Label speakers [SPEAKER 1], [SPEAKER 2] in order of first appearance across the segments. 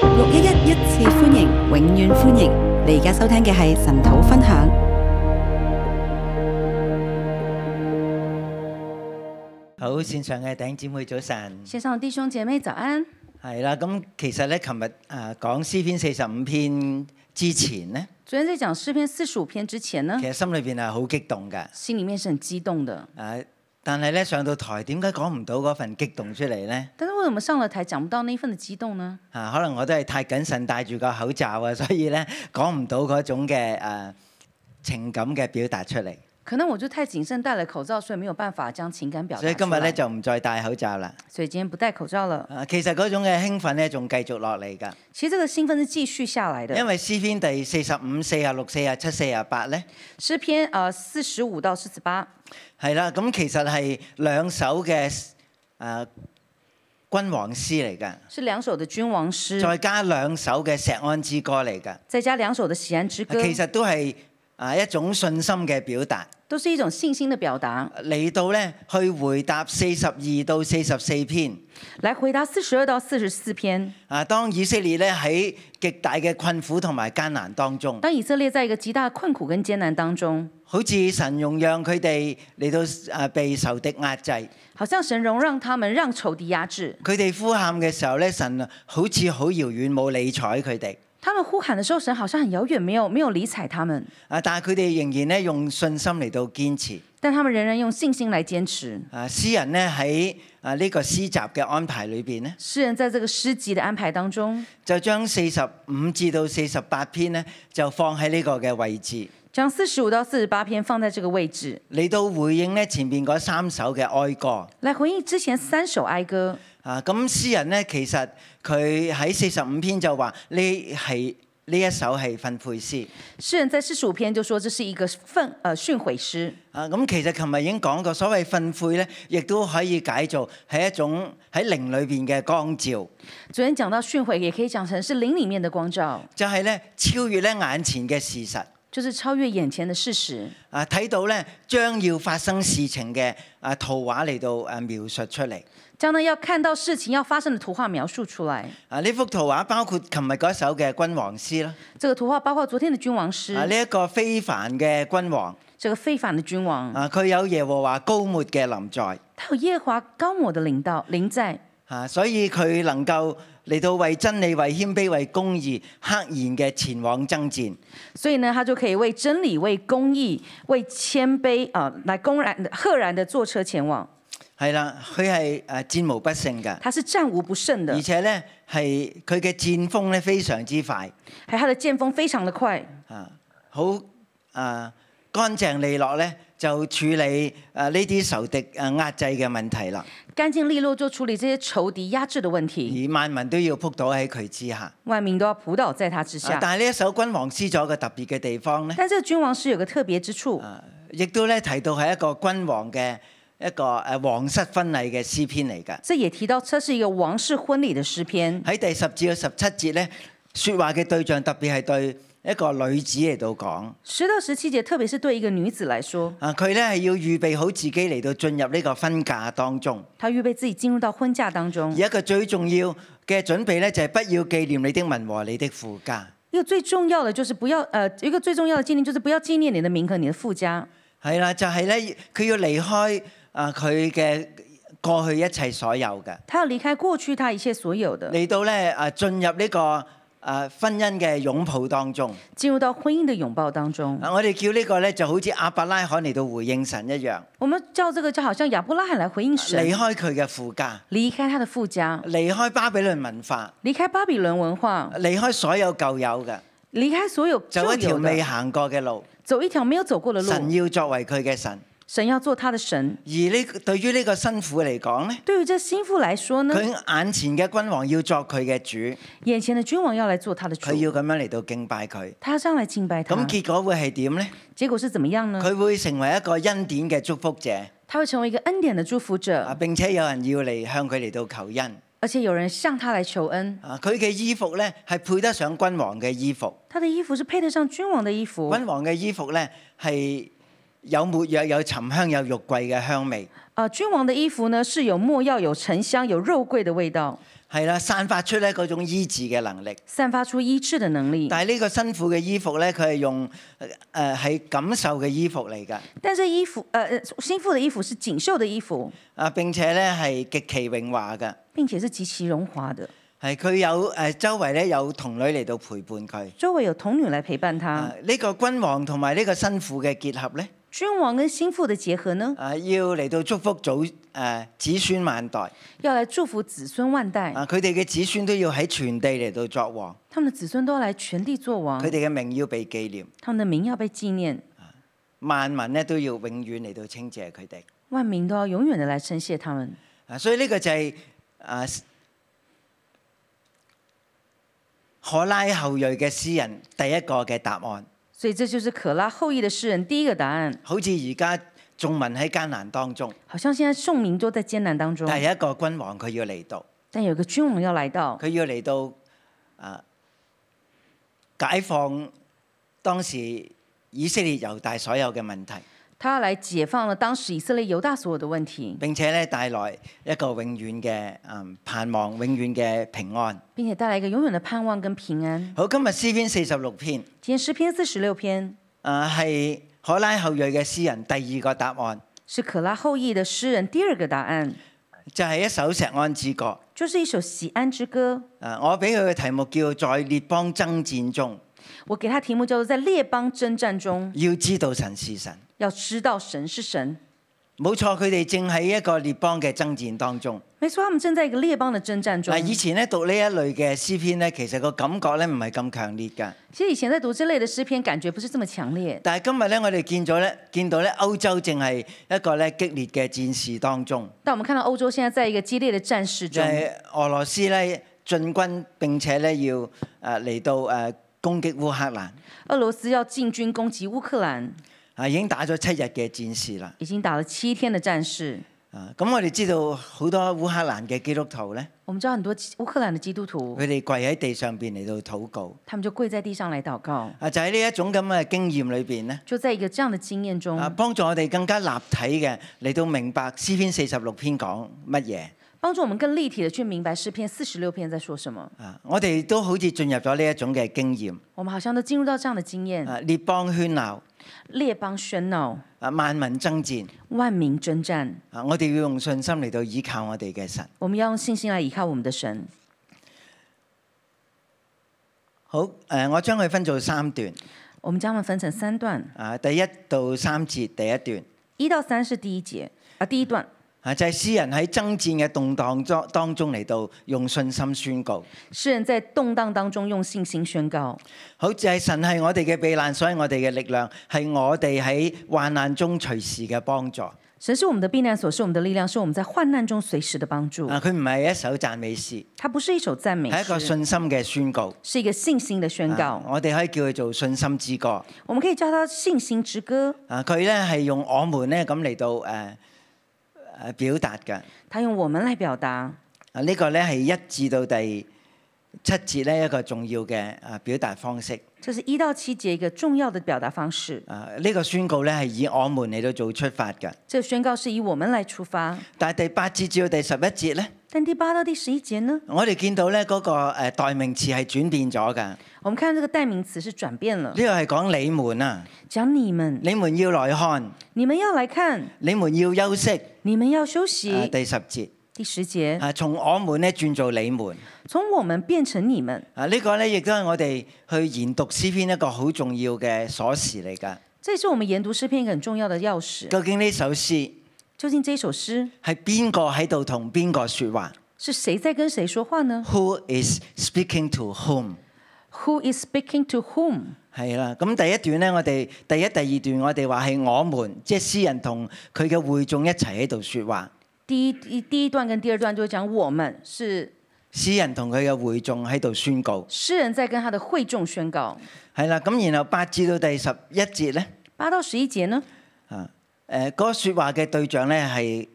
[SPEAKER 1] 六一一一次歡迎，永遠歡迎！你而家收聽嘅係神土分享。
[SPEAKER 2] 好，線上嘅頂姊妹早晨，
[SPEAKER 3] 线上弟兄姐妹早安。
[SPEAKER 2] 係啦。咁其實咧，琴日啊講詩篇四十五篇之前咧，
[SPEAKER 3] 昨天在講詩篇四十五篇之前呢
[SPEAKER 2] 其，實心裏邊係好激動㗎。
[SPEAKER 3] 心裡面是很激動的。
[SPEAKER 2] 啊，但係咧上到台，點解講唔到嗰份激動出嚟咧？
[SPEAKER 3] 但是為什麼上了台講不到那一份的激動呢？
[SPEAKER 2] 啊，可能我都係太謹慎，戴住個口罩啊， 所以咧講唔到嗰種嘅誒、啊情感嘅表達出嚟。
[SPEAKER 3] 可能我就太謹慎，戴了口罩，所以沒有辦法將情感表
[SPEAKER 2] 所
[SPEAKER 3] 達
[SPEAKER 2] 以
[SPEAKER 3] 出
[SPEAKER 2] 今日
[SPEAKER 3] 來
[SPEAKER 2] 咧。就唔再戴口罩啦。
[SPEAKER 3] 所以今天不戴口罩了。
[SPEAKER 2] 啊，其實嗰種嘅興奮咧，仲繼續落嚟㗎，
[SPEAKER 3] 其實這個興奮是繼續下來
[SPEAKER 2] 因
[SPEAKER 3] 的。
[SPEAKER 2] 為詩篇第四十五、四十六、四十七、四十八咧。
[SPEAKER 3] 詩篇呃四十五到四十八
[SPEAKER 2] 係啦，咁其實係兩首嘅誒、呃君王詩嚟㗎，
[SPEAKER 3] 是兩首的君王詩，
[SPEAKER 2] 再加兩首嘅石安之歌嚟㗎，
[SPEAKER 3] 再加兩首的喜安之歌，
[SPEAKER 2] 其實都係啊一種信心嘅表達，
[SPEAKER 3] 都是一種信心的表達。
[SPEAKER 2] 嚟到咧去回答四十二到四十四篇。
[SPEAKER 3] 來回答四十二到四十四篇。
[SPEAKER 2] 啊，當以色列咧喺極大嘅困苦同埋艱難當中，
[SPEAKER 3] 當以色列在一個極大的困苦跟艱難當中，
[SPEAKER 2] 好似神容讓佢哋嚟到啊被仇敵壓制，佢
[SPEAKER 3] 好像神容讓他們讓仇敵壓制。
[SPEAKER 2] 哋呼喊嘅時候咧，神啊好似好遙遠冇理睬佢哋。
[SPEAKER 3] 他們呼喊的時候，神好像很遙遠，沒有沒有理睬他們，
[SPEAKER 2] 啊！但係佢哋仍然咧用信心嚟到堅持。
[SPEAKER 3] 但他們仍然用信心來堅持。
[SPEAKER 2] 啊，詩人咧喺啊呢個詩集嘅安排裏邊咧，
[SPEAKER 3] 詩人在這個詩集的安排當中，
[SPEAKER 2] 就將四十五至到四十八篇咧就放喺呢個嘅位置，
[SPEAKER 3] 將四十五到四十八篇放在這個位置，
[SPEAKER 2] 嚟到回應咧前邊嗰三首嘅哀歌。
[SPEAKER 3] 來回應之前三首哀歌。
[SPEAKER 2] 啊，咁詩人咧其實佢喺四十五篇就話呢係呢一首係訓悔詩。
[SPEAKER 3] 詩人在四十五篇就說這是一個憤呃訓悔詩。
[SPEAKER 2] 啊，咁其實琴日已經講過，所謂訓悔咧，亦都可以解做係一種喺靈裏邊嘅光照。
[SPEAKER 3] 昨天講到訓悔，也可以講成是靈裡面的光照，
[SPEAKER 2] 就係咧超越咧眼前嘅事實，
[SPEAKER 3] 就是超越眼前的事實，
[SPEAKER 2] 啊睇到咧將要發生事情嘅啊圖畫嚟到啊描述出嚟。
[SPEAKER 3] 將呢要看到事情要發生的圖畫描述出來。
[SPEAKER 2] 啊呢幅圖畫包括琴日嗰首嘅君王詩啦，
[SPEAKER 3] 這個圖畫包括昨天的君王
[SPEAKER 2] 啊
[SPEAKER 3] 詩，
[SPEAKER 2] 呢一個非凡嘅君王，
[SPEAKER 3] 這個非凡的君王。
[SPEAKER 2] 啊佢有耶和華高末嘅臨在，
[SPEAKER 3] 他有耶和華高摩的領導臨在，
[SPEAKER 2] 啊所以佢能夠嚟到為真理、為謙卑、為公義，刻然嘅前往爭戰。
[SPEAKER 3] 所以呢，他就可以為真理、為公義、為謙卑啊、來公然赫然的坐車前往。
[SPEAKER 2] 係啦，佢係誒戰無不勝嘅，
[SPEAKER 3] 他是戰無不勝的
[SPEAKER 2] 而，且咧係佢嘅戰風咧非常之快。
[SPEAKER 3] 還有他的劍鋒非常的快，
[SPEAKER 2] 啊，好啊乾淨利落咧，就處理啊呢啲仇敵啊壓制嘅問題啦。
[SPEAKER 3] 乾淨利落就處理這些仇敵壓制的問題，
[SPEAKER 2] 而萬民都要撲倒喺佢之下。啊
[SPEAKER 3] 萬民都要撲倒在他之下。
[SPEAKER 2] 但係呢一首君王詩作嘅特別嘅地方咧，
[SPEAKER 3] 但這個君王是有個特別之處，
[SPEAKER 2] 啊，亦都咧提到係一個君王嘅一個誒皇室婚禮嘅詩篇嚟㗎。
[SPEAKER 3] 這也提到這是一個王室婚禮的詩篇。
[SPEAKER 2] 喺第十至到十七節咧，説話嘅對象特別係對一個女子嚟到講。
[SPEAKER 3] 十到十七節，特別是對一個女子來說，
[SPEAKER 2] 啊，佢咧係要預備好自己嚟到進入呢個婚嫁當中。
[SPEAKER 3] 她預備自己進入到婚嫁當中。
[SPEAKER 2] 而一個最重要嘅準備咧，就係不要紀念你的民和你的父家。
[SPEAKER 3] 一個最重要的就是不要，呃，一個最重要的紀念就是不要紀念你的名和你的附加，
[SPEAKER 2] 係啦，就係咧，佢要離開啊佢嘅過去一切所有嘅，
[SPEAKER 3] 他要離開過去他一切所有的，
[SPEAKER 2] 嚟到咧啊進入呢個啊婚姻嘅擁抱當中。
[SPEAKER 3] 進入到婚姻的擁抱當中。
[SPEAKER 2] 啊，我哋叫呢個咧就好似亞伯拉罕嚟到回應神一樣，
[SPEAKER 3] 我們叫這個就好像亞伯拉罕來回應神
[SPEAKER 2] 離，開佢嘅父家，
[SPEAKER 3] 離開他的附加，
[SPEAKER 2] 離開巴比倫文化，
[SPEAKER 3] 離開巴比倫文化，
[SPEAKER 2] 離開所有舊有嘅，
[SPEAKER 3] 離開所有舊
[SPEAKER 2] 啊走一條
[SPEAKER 3] 有
[SPEAKER 2] 未
[SPEAKER 3] 的，
[SPEAKER 2] 行過嘅路。
[SPEAKER 3] 走一條沒有走過的路。
[SPEAKER 2] 神要作為佢嘅神，而
[SPEAKER 3] 神要做他的神。
[SPEAKER 2] 呢對於呢個辛苦嚟講咧。
[SPEAKER 3] 對於這心腹來說呢，
[SPEAKER 2] 佢眼前嘅君王要作佢嘅主，
[SPEAKER 3] 眼前的君王要來做他的主啊
[SPEAKER 2] 佢，要咁樣嚟到敬拜佢。
[SPEAKER 3] 他要上來敬拜他
[SPEAKER 2] 咁。結果會係點呢？
[SPEAKER 3] 結果是怎麼樣呢？
[SPEAKER 2] 佢會成為一個恩典嘅祝福者
[SPEAKER 3] 他會成為一個恩典的祝福
[SPEAKER 2] 啊！
[SPEAKER 3] 者，
[SPEAKER 2] 並且有人要嚟向佢嚟到求恩
[SPEAKER 3] 而且有人向他來求恩。
[SPEAKER 2] 啊！佢嘅衣服呢係配得上君王嘅衣服，
[SPEAKER 3] 哦他的衣服是配得上君王的衣服，
[SPEAKER 2] 君王嘅衣服呢係有沒藥、有沉香、有肉桂嘅香味，
[SPEAKER 3] 啊，君王的衣服呢是有没药、有沉香、有肉桂的味道，
[SPEAKER 2] 係啦，散發出咧嗰種醫治嘅能力。
[SPEAKER 3] 散发出医治的能力。
[SPEAKER 2] 但係呢個辛苦嘅衣服咧，佢係用誒係、感受嘅衣服嚟㗎，
[SPEAKER 3] 但这衣服，呃，呃新妇的衣服是锦绣的衣服，
[SPEAKER 2] 啊並且咧係極其榮華㗎。
[SPEAKER 3] 并且是极其荣华的。
[SPEAKER 2] 係佢有誒、周圍咧有童女嚟到陪伴佢。
[SPEAKER 3] 周围有童女来陪伴
[SPEAKER 2] 啊
[SPEAKER 3] 他。
[SPEAKER 2] 呢、個君王同埋呢個辛苦嘅結合咧，
[SPEAKER 3] 君王跟心腹的结合呢，
[SPEAKER 2] 啊要嚟到祝福祖誒、子孫萬代。
[SPEAKER 3] 要来祝福子孫万代，
[SPEAKER 2] 啊！佢哋嘅子孫都要喺全地嚟到作王，
[SPEAKER 3] 他们的子孙都要来全地作王
[SPEAKER 2] 佢，哋嘅名要被紀念，
[SPEAKER 3] 他们的名要被纪念，
[SPEAKER 2] 萬民咧都要永遠嚟到稱謝佢哋。
[SPEAKER 3] 万民都要永远的来称谢他们。
[SPEAKER 2] 啊，所以呢個就係、啊可拉後裔嘅詩人第一個嘅答案。
[SPEAKER 3] 所以这就是可拉后裔的诗人第一个答案。
[SPEAKER 2] 好似而家眾民喺艱難當中，
[SPEAKER 3] 好像现在众民都在艰难当中，
[SPEAKER 2] 但係有一個君王佢要嚟到，
[SPEAKER 3] 但有个君王要来到，
[SPEAKER 2] 佢要嚟到啊解放當時以色列猶大所有嘅問題。
[SPEAKER 3] 他要来解放了当时以色列犹大所有的问题，
[SPEAKER 2] 並且咧帶來一個永遠嘅嗯盼望，永遠嘅平安。
[SPEAKER 3] 并且带来一个永远的盼望跟平安。
[SPEAKER 2] 好，今日詩篇四十六篇，
[SPEAKER 3] 今天诗篇四十六篇
[SPEAKER 2] 啊係可拉後裔嘅詩人第二個答案，
[SPEAKER 3] 是可拉后裔的诗人第二个答案，
[SPEAKER 2] 就係、一首錫安之歌。
[SPEAKER 3] 就是一首喜安之歌。
[SPEAKER 2] 啊，我俾佢嘅題目叫在列邦爭戰中，
[SPEAKER 3] 我给他题目叫做在列邦征战中。
[SPEAKER 2] 要知道神是神。
[SPEAKER 3] 要知道神是神。
[SPEAKER 2] 冇錯，佢哋正喺一個列邦嘅爭戰當中。
[SPEAKER 3] 没错，他们正在一个列邦的征战中
[SPEAKER 2] 嗱，。以前咧讀呢一類嘅詩篇咧，其實個感覺咧唔係咁強烈㗎。
[SPEAKER 3] 其实以前在读这类的诗篇，感觉不是这么强烈。
[SPEAKER 2] 但係今日咧，我哋見咗咧，見到咧歐洲正係一個咧激烈嘅戰事當中。
[SPEAKER 3] 但我们看到欧洲现在在一个激烈的战事
[SPEAKER 2] 就
[SPEAKER 3] 中，
[SPEAKER 2] 係俄羅斯咧進軍並且咧要誒嚟到誒攻擊烏克蘭，
[SPEAKER 3] 俄羅斯要进军攻击乌克兰，
[SPEAKER 2] 啊已經打咗七日嘅戰事啦。
[SPEAKER 3] 已经打了七天的战事。
[SPEAKER 2] 啊，咁我哋知道好多烏克蘭嘅基督徒咧，
[SPEAKER 3] 我们知道很多乌克兰的基督徒，
[SPEAKER 2] 佢哋跪喺地上邊嚟到禱告。
[SPEAKER 3] 他们就跪在地上来祷告。
[SPEAKER 2] 啊，就喺呢一種咁嘅經驗裏邊咧，
[SPEAKER 3] 就在一个这样的经验
[SPEAKER 2] 啊，
[SPEAKER 3] 中，
[SPEAKER 2] 幫助我哋更加立體嘅嚟到明白詩篇四十六篇講乜嘢。
[SPEAKER 3] 帮助我们更立体的去明白诗篇四十六篇在说什么。
[SPEAKER 2] 啊，我哋都好似進入咗呢一種嘅經驗。
[SPEAKER 3] 我们好像都进入到这样的经验：
[SPEAKER 2] 啊，列邦喧鬧，
[SPEAKER 3] 列邦喧闹，
[SPEAKER 2] 啊，萬民爭戰。
[SPEAKER 3] 万民征战。
[SPEAKER 2] 啊，我哋要用信心嚟到依靠我哋嘅神。
[SPEAKER 3] 我们要用信心来依靠我们的神。
[SPEAKER 2] 好，誒、我將佢分做三段。
[SPEAKER 3] 我们将它们分成三段，
[SPEAKER 2] 啊，第一到三節第一段，
[SPEAKER 3] 一到三是第一节啊，第一段
[SPEAKER 2] 啊，就係、詩人喺爭戰嘅動盪當當中嚟到用信心宣告。
[SPEAKER 3] 诗人在动荡当中用信心宣告，
[SPEAKER 2] 好，就係、神係我哋嘅避難，所以我哋嘅力量係我哋喺患難中隨時嘅幫助。啊，
[SPEAKER 3] 神是我们的避难所，是我们的力量，是我们在患难中随时的帮助。
[SPEAKER 2] 啊佢唔係一首讚美詩，
[SPEAKER 3] 它不是一首赞啊美
[SPEAKER 2] 係哎一個
[SPEAKER 3] 诗，
[SPEAKER 2] 信心嘅宣告。
[SPEAKER 3] 是一个信心的宣
[SPEAKER 2] 啊
[SPEAKER 3] 告。
[SPEAKER 2] 我哋可以叫佢做信心之歌。
[SPEAKER 3] 我们可以叫它信心之歌。
[SPEAKER 2] 啊，佢咧係用我們咧咁嚟到誒誒、呃表達嘅。
[SPEAKER 3] 它用我们来表达，
[SPEAKER 2] 啊，呢個咧係一至到第七節咧一個重要嘅啊表達方式。
[SPEAKER 3] 这是一到七节一个重要的表达方式。
[SPEAKER 2] 啊，呢、個宣告咧係以我們嚟到做出發嘅。
[SPEAKER 3] 这宣告是以我们来出发。
[SPEAKER 2] 但係第八節至到第十一節咧，
[SPEAKER 3] 但第八到第十一节呢，
[SPEAKER 2] 我哋見到咧嗰個呃代名詞係轉變咗㗎。呢
[SPEAKER 3] 我们看这个代名词是转变了
[SPEAKER 2] 個，係講你們啊，
[SPEAKER 3] 讲你们，
[SPEAKER 2] 你們要來看，
[SPEAKER 3] 你们要来看，
[SPEAKER 2] 你們要休息。
[SPEAKER 3] 你们要休
[SPEAKER 2] 啊
[SPEAKER 3] 息。
[SPEAKER 2] 第十節
[SPEAKER 3] 第十节，
[SPEAKER 2] 啊，從我們咧轉做你們。
[SPEAKER 3] 从我们变成你們，
[SPEAKER 2] 啊，呢個咧亦都係我哋去研讀詩篇一個好重要嘅鎖匙嚟㗎。
[SPEAKER 3] 这也是我们研读诗篇一个很重要的钥匙。
[SPEAKER 2] 究竟呢首詩
[SPEAKER 3] 究竟这一首詩
[SPEAKER 2] 係邊個喺度同邊個説話？
[SPEAKER 3] 是谁在跟谁说话呢
[SPEAKER 2] Who is speaking to whom？
[SPEAKER 3] ？Who is speaking to whom？
[SPEAKER 2] 係啦，咁第一段咧，我哋第一、第二段，我哋話係我們，即係詩人同佢嘅會眾一齊喺度説話。
[SPEAKER 3] 第一第第一段跟第二段就会讲我们是
[SPEAKER 2] 詩人同佢嘅會眾喺度宣告。
[SPEAKER 3] 诗人在跟他的会众宣告。
[SPEAKER 2] 係啦，咁然後八至到第十一節咧，
[SPEAKER 3] 八到十一节呢，
[SPEAKER 2] 啊，誒、嗰個説話嘅對象咧係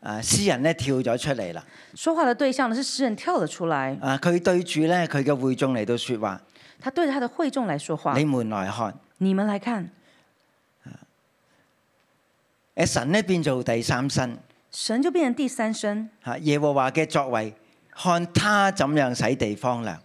[SPEAKER 2] 啊詩人咧跳咗出嚟啦。
[SPEAKER 3] 说話的对象呢是诗人跳了出來，
[SPEAKER 2] 啊，佢對住咧佢嘅會眾嚟到説話，哎
[SPEAKER 3] 他对着他的会众来说話。
[SPEAKER 2] 你們來看。
[SPEAKER 3] 你们来看，
[SPEAKER 2] 誒神咧變做第三身
[SPEAKER 3] 神就变成第三身。
[SPEAKER 2] 嚇，耶和華嘅作為，看他怎樣使地荒涼。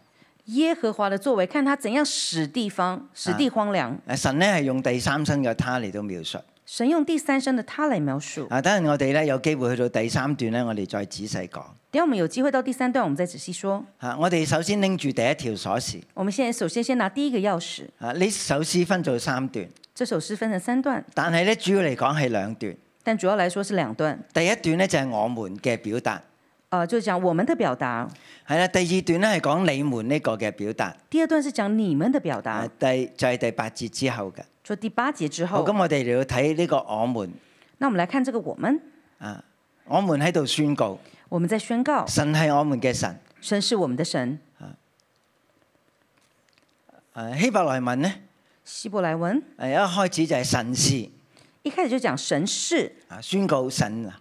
[SPEAKER 3] 耶和华的作为，看他怎样使地方使地荒凉。
[SPEAKER 2] 誒神咧係用第三身嘅他嚟到描述。
[SPEAKER 3] 神用第三身的他来描述。
[SPEAKER 2] 啊，等陣我哋咧有機會去到第三段咧，我哋再仔細講。
[SPEAKER 3] 等一下我们有机会到第三段，我们再仔细说。
[SPEAKER 2] 啊，我哋首先拎住第一條鎖匙。
[SPEAKER 3] 我们现在首先先拿第一个钥匙。
[SPEAKER 2] 啊，呢首詩分做三段，
[SPEAKER 3] 这首诗分成三段，
[SPEAKER 2] 但係咧主要嚟講係兩段。
[SPEAKER 3] 但主要来说是两段。
[SPEAKER 2] 第一段咧就係我們嘅表達，
[SPEAKER 3] 呃，就讲我们的表达。
[SPEAKER 2] 係啦。第二段咧係講你們呢個嘅表達，
[SPEAKER 3] 第二段是讲你们的表
[SPEAKER 2] 啊
[SPEAKER 3] 达，
[SPEAKER 2] 第就係、第八節之後嘅。
[SPEAKER 3] 就第八节之
[SPEAKER 2] 好，
[SPEAKER 3] 后。
[SPEAKER 2] 咁我哋嚟到睇呢個我們
[SPEAKER 3] 那我们来看这个我们，
[SPEAKER 2] 啊，我們喺度宣告，
[SPEAKER 3] 我们在宣告
[SPEAKER 2] 神係我們嘅神。
[SPEAKER 3] 神是我们的神。
[SPEAKER 2] 啊，希伯來文咧，
[SPEAKER 3] 希伯来文
[SPEAKER 2] 誒一開始就係神是
[SPEAKER 3] 一开始就讲神是，
[SPEAKER 2] 啊，宣告神啊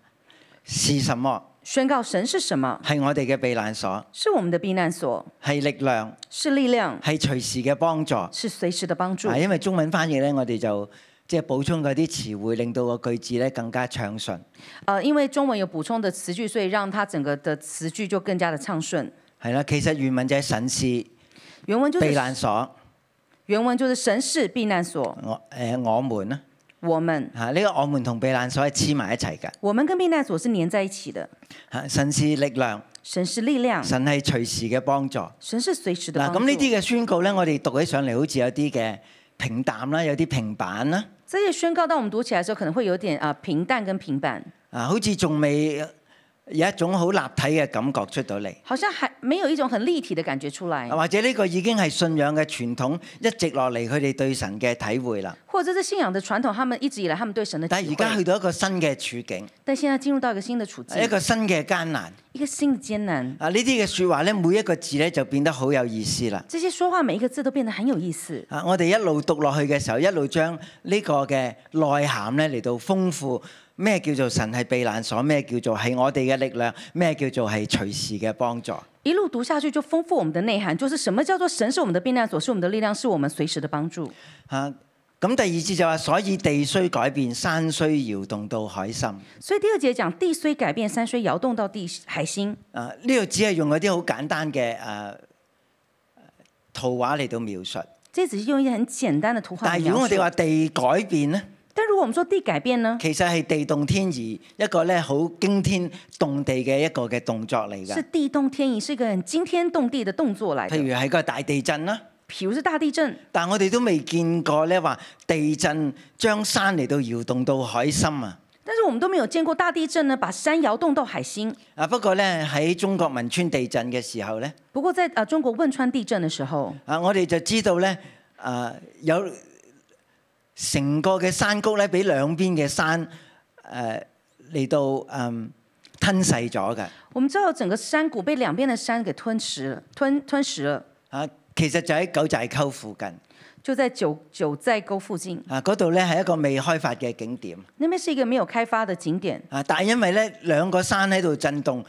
[SPEAKER 2] 是什麼，
[SPEAKER 3] 宣告神是什么，
[SPEAKER 2] 係我哋嘅避難所，
[SPEAKER 3] 是我们的避难所，
[SPEAKER 2] 係力量，
[SPEAKER 3] 是力量，
[SPEAKER 2] 係隨時嘅幫助。
[SPEAKER 3] 是随时的帮助
[SPEAKER 2] 啊，。因為中文翻譯咧，我哋就即係補充嗰啲詞彙，令到個句子咧更加暢順。
[SPEAKER 3] 呃，因为中文有补充的词句，所以让它整个的词句就更加的畅顺。
[SPEAKER 2] 係啦，其實原文就係神是
[SPEAKER 3] 原文就
[SPEAKER 2] 避
[SPEAKER 3] 是
[SPEAKER 2] 難所，
[SPEAKER 3] 原文就是神是避难所，
[SPEAKER 2] 我誒、我們啦
[SPEAKER 3] 我们
[SPEAKER 2] 嚇，呢、個我們同避難所係黐埋一齊嘅
[SPEAKER 3] 我们跟避難所是粘在一起的。
[SPEAKER 2] 嚇。神是力量，
[SPEAKER 3] 神是力量，
[SPEAKER 2] 神係隨時嘅幫助。嗱，
[SPEAKER 3] 神是随时的
[SPEAKER 2] 咁
[SPEAKER 3] 帮
[SPEAKER 2] 呢
[SPEAKER 3] 嗯助。
[SPEAKER 2] 啲嘅宣告咧，我哋讀起上嚟好似有啲嘅平淡啦，有啲平板啦，
[SPEAKER 3] 这些宣告，当我们读起来的时候，可能会有点啊、呃平淡跟平板，
[SPEAKER 2] 啊，好似仲未有一種好立體嘅感覺出到嚟。
[SPEAKER 3] 好像还没有一种很立体的感觉出来
[SPEAKER 2] 啊，或者呢個已經係信仰嘅傳統，一直落嚟佢哋對神嘅體會啦。
[SPEAKER 3] 或者是信仰的传统，他们一直以来他们对神的
[SPEAKER 2] 但
[SPEAKER 3] 体
[SPEAKER 2] 係
[SPEAKER 3] 会
[SPEAKER 2] 而家去到一個新嘅處境，
[SPEAKER 3] 但现在进入到一个新的处境，
[SPEAKER 2] 一個新嘅艱難。
[SPEAKER 3] 一个新的艰难。
[SPEAKER 2] 啊，呢啲嘅説話咧，每一個字咧就變得好有意思啦。
[SPEAKER 3] 这些说话每一个字都变得很有意思。
[SPEAKER 2] 啊，我哋一路讀落去嘅時候，一路將呢個嘅內涵咧嚟到豐富。咩叫做神係避難所？咩叫做係我哋嘅力量？咩叫做係隨時嘅幫助？
[SPEAKER 3] 一路读下去就丰富我们的内涵，就是什么叫做神是我们的避难所，是我们的力量，是我们随时的帮助。
[SPEAKER 2] 啊，咁第二節就話，所以地雖改變，山雖搖動到海心。
[SPEAKER 3] 所以第二节讲地虽改变，山虽摇动到地海心。
[SPEAKER 2] 啊，呢度只係用嗰啲好簡單嘅誒、啊圖畫嚟到描述。
[SPEAKER 3] 这只是用一些很简单的图画
[SPEAKER 2] 但
[SPEAKER 3] 来
[SPEAKER 2] 係如
[SPEAKER 3] 描
[SPEAKER 2] 果我
[SPEAKER 3] 述
[SPEAKER 2] 哋。話地改變咧，
[SPEAKER 3] 但如果我们说地改变呢，
[SPEAKER 2] 其實係地動天移一個咧好驚天動地嘅一個嘅動作嚟
[SPEAKER 3] 是
[SPEAKER 2] 㗎。
[SPEAKER 3] 地动天移，是一个很惊天动地的动作来
[SPEAKER 2] 譬
[SPEAKER 3] 的。
[SPEAKER 2] 如係個大地震啦，
[SPEAKER 3] 比如是大地震，
[SPEAKER 2] 但我哋都未見過咧話地震將山嚟到搖動到海心啊！
[SPEAKER 3] 但是我们都没有见过大地震呢，把山摇动到海心。
[SPEAKER 2] 啊不過咧喺中國汶川地震嘅時候咧，
[SPEAKER 3] 不过在呃中国汶川地震的时候，
[SPEAKER 2] 啊我哋就知道咧啊有成個嘅山谷咧俾兩邊嘅山誒嚟、到嗯吞噬咗嘅。
[SPEAKER 3] 我们知道整个山谷被两边的山给吞食了，吞吞食了，
[SPEAKER 2] 啊，其實就喺九寨溝附近。
[SPEAKER 3] 就在九九寨沟附近，
[SPEAKER 2] 啊，嗰度咧係一個未開發嘅景點。
[SPEAKER 3] 那边是一个没有开发的景点。
[SPEAKER 2] 啊，但係因為咧兩個山喺度震動，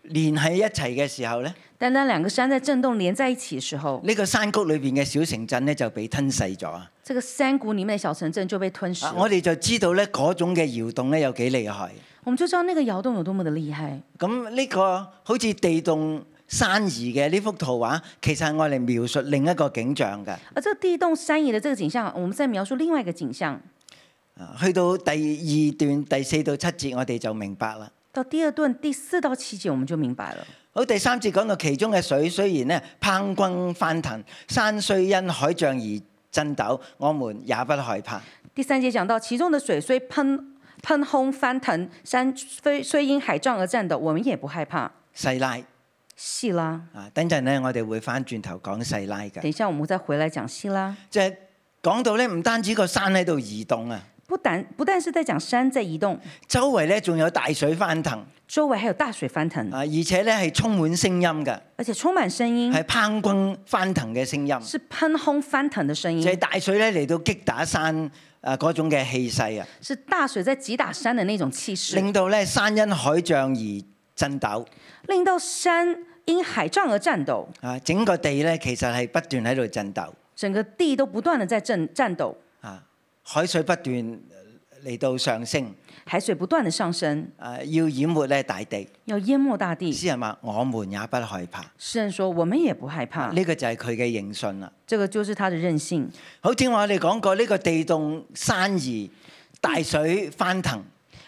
[SPEAKER 2] 連喺一齊嘅時候咧，呢、
[SPEAKER 3] 单单两个山在震动连在一起的时候，
[SPEAKER 2] 個山谷裏邊嘅小城鎮咧就被吞噬咗。啊，
[SPEAKER 3] 这个山谷里面的小城镇就被吞食了。
[SPEAKER 2] 我哋就知道咧嗰種嘅搖動咧有幾厲害。
[SPEAKER 3] 我们就知道那个窑洞有多么的厉害。
[SPEAKER 2] 咁呢個好似地動山移嘅呢幅圖畫，其實係我嚟描述另一個景象嘅。
[SPEAKER 3] 而这地动山移的这个景象，我们在描述另外一个景象。
[SPEAKER 2] 啊去到第二段第四到七節，我哋就明白啦。
[SPEAKER 3] 到第二段第四到七节，我们就明白了。
[SPEAKER 2] 好，第三節講到其中嘅水雖然咧烹轟翻騰，山雖因海漲而震抖，我們也不害怕。
[SPEAKER 3] 第三节讲到，其中的水虽喷喷轰翻腾，山虽虽因海涨而战的，我们也不害怕。
[SPEAKER 2] 細拉
[SPEAKER 3] 细拉，
[SPEAKER 2] 啊，等陣咧，我哋會翻轉頭講細拉
[SPEAKER 3] 等
[SPEAKER 2] 嘅，
[SPEAKER 3] 一下我们再回来講希拉。
[SPEAKER 2] 即係講到咧，唔單止個山喺度移動啊，
[SPEAKER 3] 不但不但是在講山在移動，
[SPEAKER 2] 周圍咧仲有大水翻騰
[SPEAKER 3] 周圍還有大水翻騰，
[SPEAKER 2] 啊，而且咧係充滿聲音嘅，
[SPEAKER 3] 而且充滿聲音，
[SPEAKER 2] 係烹轟翻騰嘅聲音，
[SPEAKER 3] 是噴轟翻騰的聲
[SPEAKER 2] 就係
[SPEAKER 3] 音，
[SPEAKER 2] 大水咧嚟到擊打山啊嗰種嘅氣勢啊，
[SPEAKER 3] 是大水在擊打山的那種氣勢，
[SPEAKER 2] 令到咧山因海漲而震抖。
[SPEAKER 3] 令到山因海漲而戰抖，
[SPEAKER 2] 啊，整個地咧其實係不斷喺度震抖，
[SPEAKER 3] 整個地都不斷的在震戰抖，
[SPEAKER 2] 啊，海水不斷嚟到上升，
[SPEAKER 3] 海水不断的上升，
[SPEAKER 2] 誒、要淹沒咧大地。
[SPEAKER 3] 要淹没大地。
[SPEAKER 2] 詩人話：我們也不害怕。
[SPEAKER 3] 诗人说：“我们也不害怕。
[SPEAKER 2] 呢個就係佢嘅認信啦。”
[SPEAKER 3] 这个就是他的任性。
[SPEAKER 2] 好，正話我哋講過呢、個地動山移、大水翻騰，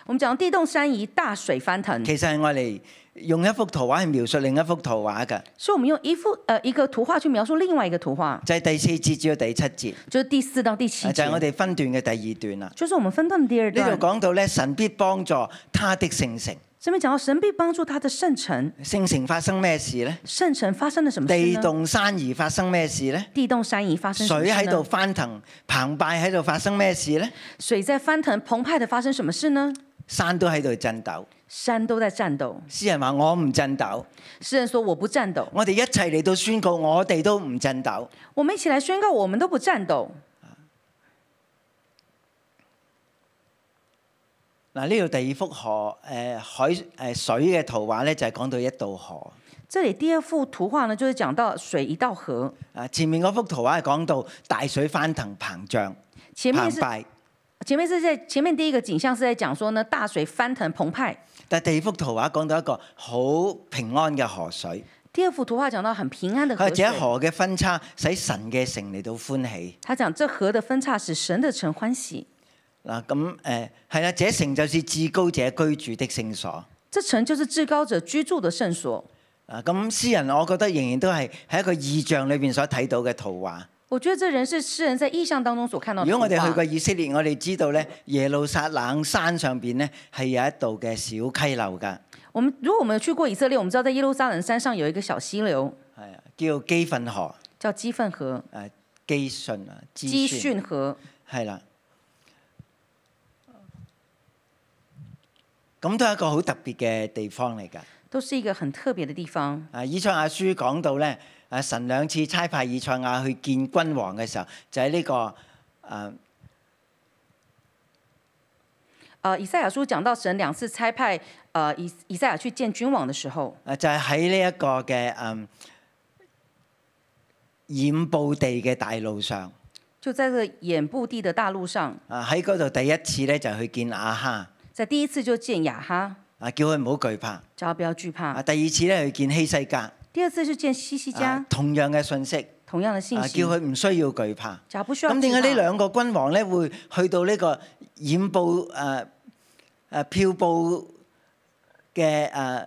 [SPEAKER 3] 我们讲地动山移，大水翻腾，
[SPEAKER 2] 其實係我嚟用一幅圖畫去描述另一幅圖畫嘅，
[SPEAKER 3] 是我们用一幅呃一个圖畫去描述另外一个圖畫，
[SPEAKER 2] 就係、第四節至到第七節，啊
[SPEAKER 3] 就是第四到第七
[SPEAKER 2] 就係我
[SPEAKER 3] 節，
[SPEAKER 2] 哋分段嘅第二段啦。
[SPEAKER 3] 就是我们分段的第二
[SPEAKER 2] 呢
[SPEAKER 3] 段
[SPEAKER 2] 度。講到咧，神必幫助他的聖城。
[SPEAKER 3] 这边讲到神必帮助他的圣城，
[SPEAKER 2] 聖城發生咩事呢？
[SPEAKER 3] 圣城发生了什么事
[SPEAKER 2] 地
[SPEAKER 3] 呢？
[SPEAKER 2] 動山移發生咩事呢？
[SPEAKER 3] 地动山移发生什么
[SPEAKER 2] 水
[SPEAKER 3] 事
[SPEAKER 2] 喺度
[SPEAKER 3] 呢？
[SPEAKER 2] 翻騰，澎湃喺度發生咩事呢？
[SPEAKER 3] 水在翻腾澎湃的发生什么事呢？
[SPEAKER 2] 山都喺度震抖。
[SPEAKER 3] 山都在战斗。
[SPEAKER 2] 詩人話：我唔震抖，
[SPEAKER 3] 诗人说：“我不战斗。
[SPEAKER 2] 我哋一齊嚟到宣告，我哋都唔震抖。”
[SPEAKER 3] 我们一起来宣告：我们都不战斗。
[SPEAKER 2] 嗱，呢度第二幅河誒、呃海誒、呃水嘅圖畫咧，就係、講到一道河。
[SPEAKER 3] 这里第二幅图画呢，就是讲到水一道河，
[SPEAKER 2] 啊，前面嗰幅圖畫係講到大水翻騰膨脹、
[SPEAKER 3] 前面
[SPEAKER 2] 澎
[SPEAKER 3] 是
[SPEAKER 2] 湃，
[SPEAKER 3] 前面是在前面第一个景象是在讲说呢，大水翻腾澎湃。
[SPEAKER 2] 但第二幅圖畫講到一個好平安嘅河水。
[SPEAKER 3] 第二幅图画讲到很平安的
[SPEAKER 2] 佢話
[SPEAKER 3] 河嗯水
[SPEAKER 2] 這，河嘅分叉使神嘅城嚟到歡喜。
[SPEAKER 3] 他讲这河的分叉使神的城欢喜，
[SPEAKER 2] 嗱，啊咁誒係啦，這城就是至高者居住的聖所。
[SPEAKER 3] 这城就是至高者居住的圣所。
[SPEAKER 2] 啊，咁詩人我覺得仍然都係喺一個意象裏邊所睇到嘅圖畫。
[SPEAKER 3] 我觉得这人是诗人在意象当中所看到的
[SPEAKER 2] 如
[SPEAKER 3] 图
[SPEAKER 2] 果
[SPEAKER 3] 画。
[SPEAKER 2] 我哋去過以色列，我哋知道咧耶路撒冷山上邊咧係有一道嘅小溪流㗎，
[SPEAKER 3] 我们如果我们去过以色列，我们知道在耶路撒冷山上有一个小溪流
[SPEAKER 2] 係啊叫基訓河
[SPEAKER 3] 叫基粪河、
[SPEAKER 2] 誒基順啊，基
[SPEAKER 3] 基
[SPEAKER 2] 訓
[SPEAKER 3] 训河。
[SPEAKER 2] 係啦。咁都係一個好特別嘅地方嚟㗎。
[SPEAKER 3] 都是一个很特别的地方。
[SPEAKER 2] 啊，以賽亞書講到咧，啊神兩次差派以賽亞去見君王嘅時候，就喺呢、個啊
[SPEAKER 3] 呃，以赛亚书讲到神两次差派呃以以赛亚去见君王的时候，
[SPEAKER 2] 啊就係喺呢一個嘅嗯染布地嘅大路上。
[SPEAKER 3] 就在这掩布地的大路上，
[SPEAKER 2] 啊喺嗰度第一次咧就去見亞哈，
[SPEAKER 3] 在第一次就见雅哈，
[SPEAKER 2] 啊叫佢唔好懼怕。
[SPEAKER 3] 叫他不要惧
[SPEAKER 2] 啊
[SPEAKER 3] 怕；
[SPEAKER 2] 第二次咧去見希西家，
[SPEAKER 3] 第二次是见西西
[SPEAKER 2] 啊
[SPEAKER 3] 家，
[SPEAKER 2] 同樣嘅信息，
[SPEAKER 3] 同样的信
[SPEAKER 2] 啊
[SPEAKER 3] 息，
[SPEAKER 2] 叫佢唔需要懼怕。
[SPEAKER 3] 叫他不需要惧
[SPEAKER 2] 咁點
[SPEAKER 3] 怕。
[SPEAKER 2] 解呢兩個君王咧會去到呢個染布誒誒漂布嘅誒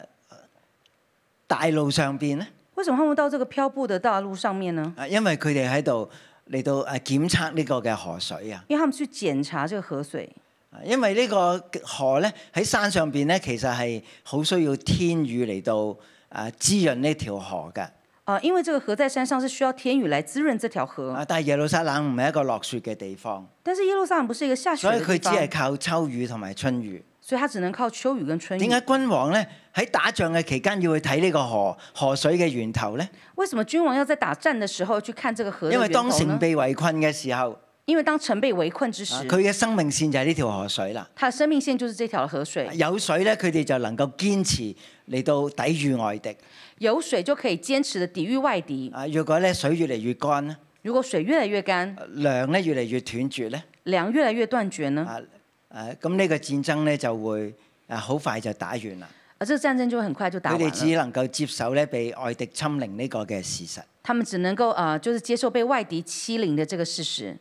[SPEAKER 2] 大路上邊咧？
[SPEAKER 3] 为什么他们到这个漂布的大路上面呢？
[SPEAKER 2] 啊，因為佢哋喺度嚟到誒檢測呢個嘅河水啊。
[SPEAKER 3] 因为他们去检查这个河水，
[SPEAKER 2] 啊因為呢個河咧喺山上邊咧，其實係好需要天雨嚟到啊滋潤呢條河嘅。
[SPEAKER 3] 呃，因为这个河在山上是需要天雨来滋润这条河，
[SPEAKER 2] 啊，但係耶路撒冷唔係一個落雪嘅地方，
[SPEAKER 3] 但是耶路撒冷不是一个下雪
[SPEAKER 2] 所以
[SPEAKER 3] 的
[SPEAKER 2] 佢
[SPEAKER 3] 地
[SPEAKER 2] 只
[SPEAKER 3] 方，
[SPEAKER 2] 係靠秋雨同埋春雨。
[SPEAKER 3] 所以它只能靠秋雨跟春雨
[SPEAKER 2] 點。解君王咧喺打仗嘅期間要去睇呢個河河水嘅源頭咧？
[SPEAKER 3] 为什么君王要在打战的时候去看这个河的
[SPEAKER 2] 因為
[SPEAKER 3] 源
[SPEAKER 2] 當
[SPEAKER 3] 头
[SPEAKER 2] 城
[SPEAKER 3] 呢？
[SPEAKER 2] 被圍困嘅時候，
[SPEAKER 3] 因为当城被围困之时
[SPEAKER 2] 啊，佢嘅生命線就係呢條河水啦。
[SPEAKER 3] 它的生命线就是这条河水，
[SPEAKER 2] 有水咧，佢哋就能夠堅持嚟到抵禦外敵。
[SPEAKER 3] 有水就可以坚持的抵御外敌。
[SPEAKER 2] 啊，若果咧水越嚟越乾咧，
[SPEAKER 3] 如果水越来越干，
[SPEAKER 2] 糧咧越嚟越斷絕咧。
[SPEAKER 3] 粮越来越断绝呢？
[SPEAKER 2] 啊誒，咁呢個戰爭咧就會誒好快就打完啦。
[SPEAKER 3] 啊而这个战争就会很快就打
[SPEAKER 2] 佢哋
[SPEAKER 3] 完
[SPEAKER 2] 只
[SPEAKER 3] 了。
[SPEAKER 2] 能夠接受咧被外敵侵凌呢個嘅事實。
[SPEAKER 3] 他们只能够呃，就是接受被外敌欺凌的这个事实。